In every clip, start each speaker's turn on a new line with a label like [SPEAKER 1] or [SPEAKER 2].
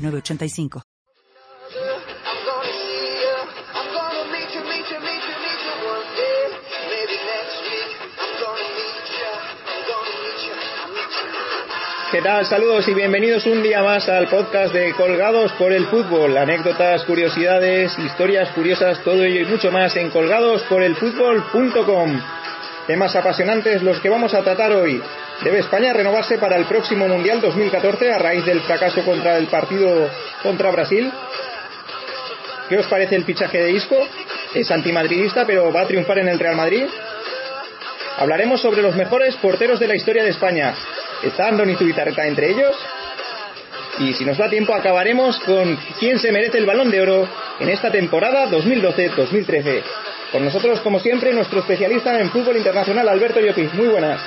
[SPEAKER 1] 985.
[SPEAKER 2] ¿Qué tal? Saludos y bienvenidos un día más al podcast de Colgados por el Fútbol. Anécdotas, curiosidades, historias curiosas, todo ello y mucho más en colgadosporelfútbol.com. Temas apasionantes los que vamos a tratar hoy. Debe España renovarse para el próximo Mundial 2014 a raíz del fracaso contra el partido contra Brasil. ¿Qué os parece el fichaje de Isco? Es antimadridista, pero va a triunfar en el Real Madrid. Hablaremos sobre los mejores porteros de la historia de España. ¿Está Andoni Zubizarreta entre ellos? Y si nos da tiempo, acabaremos con quién se merece el balón de oro en esta temporada 2012-2013. Con nosotros, como siempre, nuestro especialista en fútbol internacional, Alberto Llopis. Muy buenas.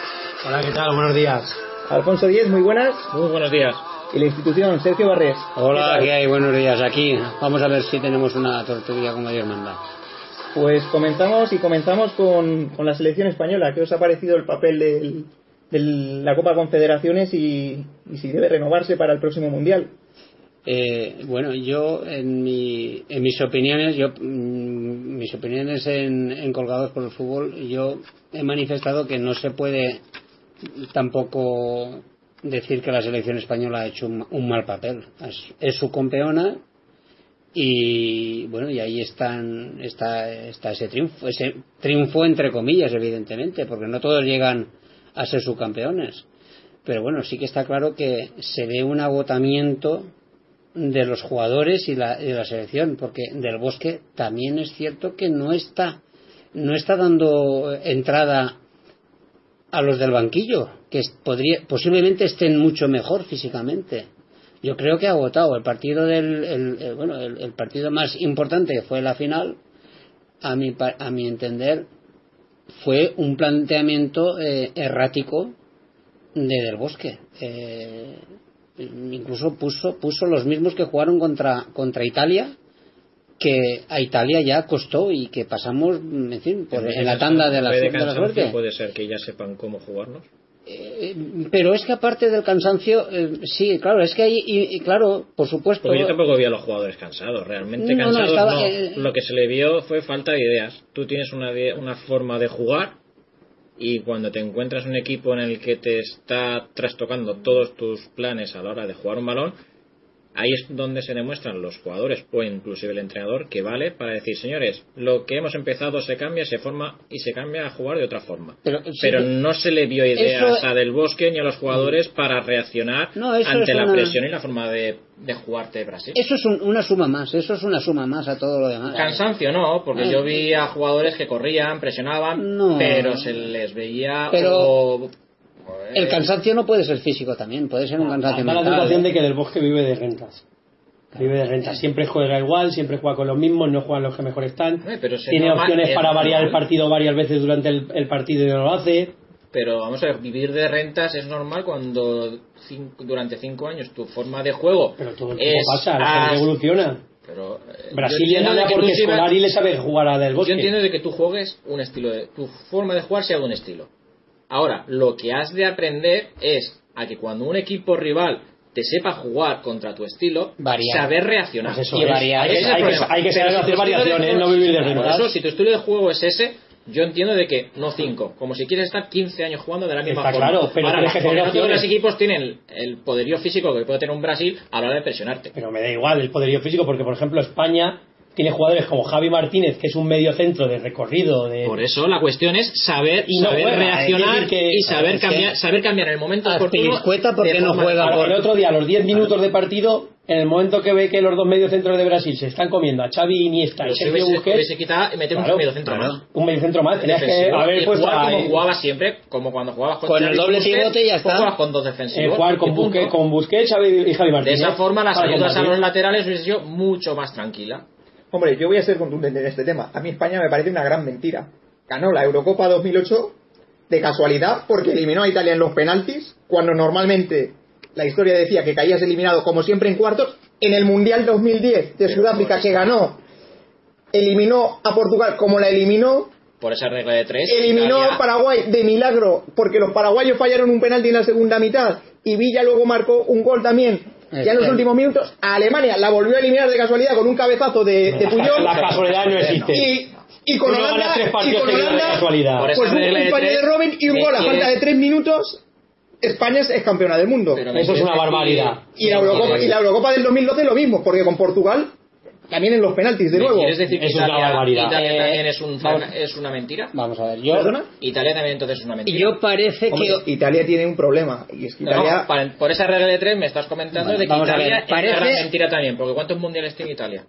[SPEAKER 3] Hola, ¿qué tal? Buenos días.
[SPEAKER 2] Alfonso Díez, muy buenas.
[SPEAKER 4] Muy buenos días.
[SPEAKER 2] Y la institución, Sergio Barrés.
[SPEAKER 5] Hola, ¿qué, ¿qué hay? Buenos días. Aquí vamos a ver si tenemos una tortuga como Dios manda.
[SPEAKER 2] Pues comenzamos y comenzamos con, con, la selección española. ¿Qué os ha parecido el papel de del, la Copa Confederaciones y, y, si debe renovarse para el próximo Mundial?
[SPEAKER 5] Eh, bueno, yo en, mi, en mis opiniones, yo mmm, mis opiniones en, en colgados por el fútbol, yo he manifestado que no se puede tampoco decir que la selección española ha hecho un, un mal papel. Es, es, su campeona y bueno, y ahí están, está, está ese triunfo, ese triunfo entre comillas, evidentemente, porque no todos llegan a ser subcampeones. Pero bueno, sí que está claro que se ve un agotamiento de los jugadores y la, y la selección, porque del Bosque también es cierto que no está, no está dando entrada a los del banquillo, que podría, posiblemente estén mucho mejor físicamente. Yo creo que ha agotado el partido del, el, el, bueno, el, el, partido más importante que fue la final, a mi, a mi entender, fue un planteamiento eh, errático de Del Bosque. Eh, incluso puso, puso los mismos que jugaron contra, contra Italia, que a Italia ya costó y que pasamos, en fin, por, Pues en la tanda de la, de la suerte.
[SPEAKER 4] Puede ser que ya sepan cómo jugarnos.
[SPEAKER 5] Eh, pero es que aparte del cansancio, eh, sí, claro, es que ahí, y, y, claro, por supuesto.
[SPEAKER 4] Porque yo tampoco vi a los jugadores cansados, realmente no, cansados. No, estaba, no. Eh, Lo que se le vio fue falta de ideas. Tú tienes una, una forma de jugar y cuando te encuentras un equipo en el que te está trastocando todos tus planes a la hora de jugar un balón, ahí es donde se demuestran los jugadores o inclusive el entrenador que vale para decir señores lo que hemos empezado se cambia se forma y se cambia a jugar de otra forma pero, pero sí, no se le vio ideas eso, a del bosque ni a los jugadores para reaccionar no, ante la una, presión y la forma de, de jugarte de Brasil
[SPEAKER 5] eso es un, una suma más eso es una suma más a todo lo demás
[SPEAKER 4] cansancio no porque ah, yo vi a jugadores que corrían presionaban no, pero se les veía pues,
[SPEAKER 5] pero, o, el cansancio no puede ser físico también, puede
[SPEAKER 6] Ah,
[SPEAKER 5] ser un cansancio
[SPEAKER 3] mental. la sensación de que Del Bosque vive de rentas. Vive de rentas. Siempre juega igual, siempre juega con los mismos, no juegan los que mejor están.
[SPEAKER 4] Eh, pero
[SPEAKER 3] Tiene opciones para variar el partido varias veces durante el, el, partido y no lo hace.
[SPEAKER 4] Pero vamos a ver, vivir de rentas es normal cuando cinco, durante cinco años tu forma de juego.
[SPEAKER 3] Pero todo el
[SPEAKER 4] tiempo
[SPEAKER 3] pasa, la gente evoluciona.
[SPEAKER 4] Pero,
[SPEAKER 3] eh, Brasil nada porque Escolari le sabe jugar a Del Bosque.
[SPEAKER 4] Yo entiendo de que tú juegues un estilo, de, tu forma de jugar sea de un estilo. Ahora, lo que has de aprender es a que cuando un equipo rival te sepa jugar contra tu estilo,
[SPEAKER 5] variar.
[SPEAKER 4] saber reaccionar.
[SPEAKER 5] Pues
[SPEAKER 3] y variar. Hay, hay, que, hay, que, saber si hacer variaciones, juego, no vivir de
[SPEAKER 4] claro, eso, Si tu estilo de juego es ese, yo entiendo de que no 5, como si quieres estar 15 años jugando de la misma
[SPEAKER 3] Está
[SPEAKER 4] forma.
[SPEAKER 3] Claro, pero
[SPEAKER 4] Ahora,
[SPEAKER 3] pero
[SPEAKER 4] no todos los equipos tienen el poderío físico que puede tener un Brasil a la hora de presionarte.
[SPEAKER 3] Pero me da igual el poderío físico, porque por ejemplo España tiene jugadores como Javi Martínez, que es un medio centro de recorrido. De...
[SPEAKER 4] Por eso la cuestión es saber, y no saber juega, reaccionar que, y saber cambiar, saber cambiar en el momento
[SPEAKER 5] oportuno. porque no juega?
[SPEAKER 3] Por... El otro día, a los 10 minutos de partido,
[SPEAKER 2] en el momento que ve que los dos mediocentros de Brasil se están comiendo a Xavi y Iniesta y
[SPEAKER 4] Pero si
[SPEAKER 2] Sergio
[SPEAKER 4] hubiese,
[SPEAKER 2] Busquets,
[SPEAKER 4] hubiese quitado y meter
[SPEAKER 2] Claro,
[SPEAKER 4] un medio centro
[SPEAKER 5] claro.
[SPEAKER 4] más.
[SPEAKER 2] un mediocentro más, tenías que
[SPEAKER 4] Defensivo, y
[SPEAKER 2] haber puesto
[SPEAKER 4] jugar
[SPEAKER 2] a pues,
[SPEAKER 4] como jugaba siempre, como cuando jugabas con,
[SPEAKER 5] Con
[SPEAKER 4] Xavi
[SPEAKER 5] el doble
[SPEAKER 4] Busquets,
[SPEAKER 5] pivote y ya
[SPEAKER 4] pues
[SPEAKER 5] está.
[SPEAKER 4] jugabas con dos
[SPEAKER 2] eh,
[SPEAKER 4] defensivos.
[SPEAKER 2] jugar
[SPEAKER 4] y
[SPEAKER 2] con
[SPEAKER 4] punto.
[SPEAKER 2] Busquets, con Busquets, Xavi y Javi
[SPEAKER 4] De
[SPEAKER 2] Martínez.
[SPEAKER 4] esa forma las
[SPEAKER 2] para
[SPEAKER 4] ayudas a
[SPEAKER 2] combatir.
[SPEAKER 4] los laterales hubiese sido mucho más tranquila.
[SPEAKER 6] Hombre, yo voy a ser contundente en este tema. A mí España me parece una gran mentira. Ganó la Eurocopa 2008 de casualidad porque eliminó a Italia en los penaltis, cuando normalmente la historia decía que caías eliminado como siempre en cuartos. En el Mundial 2010 de
[SPEAKER 4] Pero
[SPEAKER 6] Sudáfrica
[SPEAKER 4] por
[SPEAKER 6] que ganó, eliminó a Portugal como la eliminó,
[SPEAKER 4] Por esa regla de tres.
[SPEAKER 6] eliminó
[SPEAKER 4] Italia-
[SPEAKER 6] a Paraguay de milagro porque los paraguayos fallaron un penalti en la segunda mitad y Villa luego marcó un gol también. Ya en los
[SPEAKER 5] Espera.
[SPEAKER 6] últimos minutos, a Alemania la volvió a eliminar de casualidad con un cabezazo de, de Puyol.
[SPEAKER 2] La casualidad no existe.
[SPEAKER 6] Y, y
[SPEAKER 2] Tú
[SPEAKER 6] con
[SPEAKER 2] no
[SPEAKER 6] Holanda,
[SPEAKER 2] ganas tres
[SPEAKER 6] y
[SPEAKER 2] partidos
[SPEAKER 6] con
[SPEAKER 2] seguidos de
[SPEAKER 6] Holanda,
[SPEAKER 2] casualidad.
[SPEAKER 4] Por eso-
[SPEAKER 6] pues un
[SPEAKER 4] regla de
[SPEAKER 6] un fallo de
[SPEAKER 4] tres,
[SPEAKER 6] Robin y un
[SPEAKER 4] me
[SPEAKER 6] gol a falta
[SPEAKER 4] tienes-
[SPEAKER 6] de tres minutos. España es es campeona del mundo.
[SPEAKER 4] Pero me
[SPEAKER 2] Eso es una
[SPEAKER 4] tienes que-
[SPEAKER 2] barbaridad.
[SPEAKER 6] y, la Eurocopa, y la Eurocopa del 2012 lo mismo, porque con Portugal también en los penaltis de
[SPEAKER 4] ¿Me
[SPEAKER 6] nuevo.
[SPEAKER 4] ¿Quieres decir que
[SPEAKER 2] Es una
[SPEAKER 4] Italia,
[SPEAKER 2] barbaridad.
[SPEAKER 4] Italia
[SPEAKER 5] Eh,
[SPEAKER 4] también es, un,
[SPEAKER 5] vamos.
[SPEAKER 4] es una mentira?
[SPEAKER 5] Vamos a ver, yo,
[SPEAKER 6] ¿Perdona?
[SPEAKER 4] Italia también entonces es una mentira.
[SPEAKER 5] yo parece
[SPEAKER 6] Hombre,
[SPEAKER 5] que
[SPEAKER 6] Italia tiene un problema. Y es que
[SPEAKER 4] No,
[SPEAKER 6] Italia.
[SPEAKER 4] pa- por esa regla de tres me estás comentando
[SPEAKER 5] Bueno,
[SPEAKER 4] de que
[SPEAKER 5] vamos a
[SPEAKER 4] Italia
[SPEAKER 5] ver, parece-
[SPEAKER 4] es una gran mentira también, porque ¿cuántos mundiales tiene Italia?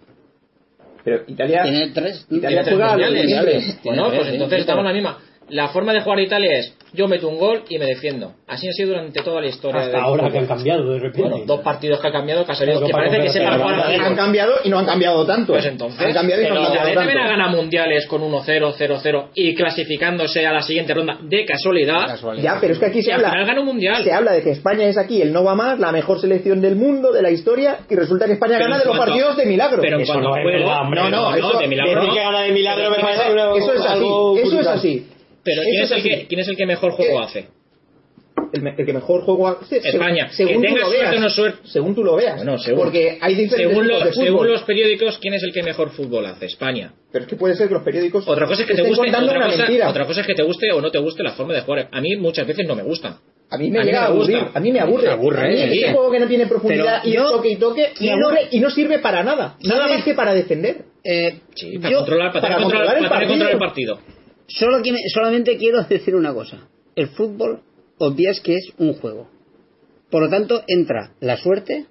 [SPEAKER 6] Pero Italia.
[SPEAKER 5] tiene tres.
[SPEAKER 6] Italia
[SPEAKER 4] Tiene tres
[SPEAKER 6] juega a los
[SPEAKER 4] mundiales.
[SPEAKER 6] mundiales.
[SPEAKER 4] Bueno,
[SPEAKER 5] Tiene
[SPEAKER 4] pues
[SPEAKER 5] tres, eh,
[SPEAKER 4] entonces
[SPEAKER 5] sí,
[SPEAKER 4] estamos en
[SPEAKER 5] claro.
[SPEAKER 4] la misma. La forma de jugar Italia es yo meto un gol y me defiendo. Así ha sido durante toda la historia.
[SPEAKER 2] Hasta
[SPEAKER 4] del
[SPEAKER 2] ahora
[SPEAKER 4] fútbol.
[SPEAKER 2] que han cambiado de repente.
[SPEAKER 4] Bueno, dos partidos que ha cambiado, que ha salido,
[SPEAKER 2] Pero
[SPEAKER 4] que
[SPEAKER 2] para
[SPEAKER 4] parece que
[SPEAKER 2] romper
[SPEAKER 4] se
[SPEAKER 2] la
[SPEAKER 4] para
[SPEAKER 2] pelota.
[SPEAKER 4] jugar
[SPEAKER 6] Han cambiado y no han cambiado tanto. ¿eh?
[SPEAKER 4] Pues entonces,
[SPEAKER 6] Han cambiado y no
[SPEAKER 4] pero
[SPEAKER 6] han
[SPEAKER 4] Italia
[SPEAKER 6] cambiado
[SPEAKER 4] también ha
[SPEAKER 6] tanto.
[SPEAKER 4] ganado mundiales con 1-0, 0-0 y clasificándose a la siguiente ronda de casualidad.
[SPEAKER 6] Ya, pero es que aquí
[SPEAKER 4] Y
[SPEAKER 6] se
[SPEAKER 4] al final
[SPEAKER 6] habla.
[SPEAKER 4] gana un mundial.
[SPEAKER 6] Se habla de que España es aquí el no va más, la mejor selección del mundo, de la historia, y resulta que España
[SPEAKER 4] Pero
[SPEAKER 6] gana
[SPEAKER 4] en
[SPEAKER 6] de los
[SPEAKER 4] cuanto-
[SPEAKER 6] partidos de milagro.
[SPEAKER 4] Pero en
[SPEAKER 2] Eso
[SPEAKER 4] cuanto
[SPEAKER 2] no es verdad, hombre,
[SPEAKER 4] no, no,
[SPEAKER 6] no, eso-
[SPEAKER 4] de milagro
[SPEAKER 6] decir
[SPEAKER 4] no.
[SPEAKER 2] que gana de milagro me parece una-
[SPEAKER 6] Eso es así,
[SPEAKER 2] algo
[SPEAKER 6] eso es
[SPEAKER 2] brutal.
[SPEAKER 6] así.
[SPEAKER 4] Pero ¿quién es,
[SPEAKER 6] Eso
[SPEAKER 4] el
[SPEAKER 6] sí. Eh,
[SPEAKER 4] que, ¿quién es el que mejor juego hace?
[SPEAKER 6] el, me- el que mejor juego hace se-
[SPEAKER 4] España. Que tenga
[SPEAKER 6] tú lo
[SPEAKER 4] suerte
[SPEAKER 6] veas.
[SPEAKER 4] o no suerte.
[SPEAKER 6] según tú lo veas
[SPEAKER 4] Bueno, según.
[SPEAKER 6] porque hay diferentes
[SPEAKER 4] Según
[SPEAKER 6] tipos de
[SPEAKER 4] los,
[SPEAKER 6] fútbol
[SPEAKER 4] según los periódicos, ¿quién es el que mejor fútbol hace? España.
[SPEAKER 6] pero es que puede ser que los periódicos
[SPEAKER 4] Otra cosa es que te
[SPEAKER 6] estén
[SPEAKER 4] guste,
[SPEAKER 6] contando
[SPEAKER 4] otra
[SPEAKER 6] una
[SPEAKER 4] cosa,
[SPEAKER 6] mentira
[SPEAKER 4] otra cosa es que te guste o no te guste la forma de jugar. A mí muchas veces no me gusta.
[SPEAKER 6] a mí me
[SPEAKER 4] a mí
[SPEAKER 6] llega
[SPEAKER 4] me
[SPEAKER 6] a aburrir
[SPEAKER 4] gusta.
[SPEAKER 6] a mí me aburre
[SPEAKER 5] Me aburre,
[SPEAKER 6] a mí
[SPEAKER 5] eh,
[SPEAKER 6] este
[SPEAKER 4] sí.
[SPEAKER 6] juego que no tiene profundidad
[SPEAKER 5] Pero
[SPEAKER 6] y
[SPEAKER 5] yo
[SPEAKER 6] toque y toque me
[SPEAKER 5] quiero-
[SPEAKER 6] aburre y no sirve para nada nada
[SPEAKER 5] ¿Sabes?
[SPEAKER 6] más que para defender
[SPEAKER 5] Eh,
[SPEAKER 4] Sí, para
[SPEAKER 5] yo
[SPEAKER 4] controlar, para,
[SPEAKER 6] para
[SPEAKER 4] tener control-
[SPEAKER 6] controlar el
[SPEAKER 4] para tener control del partido.
[SPEAKER 5] solo que me- solamente quiero decir una cosa. El fútbol obvias que es un juego. Por lo tanto, entra la suerte,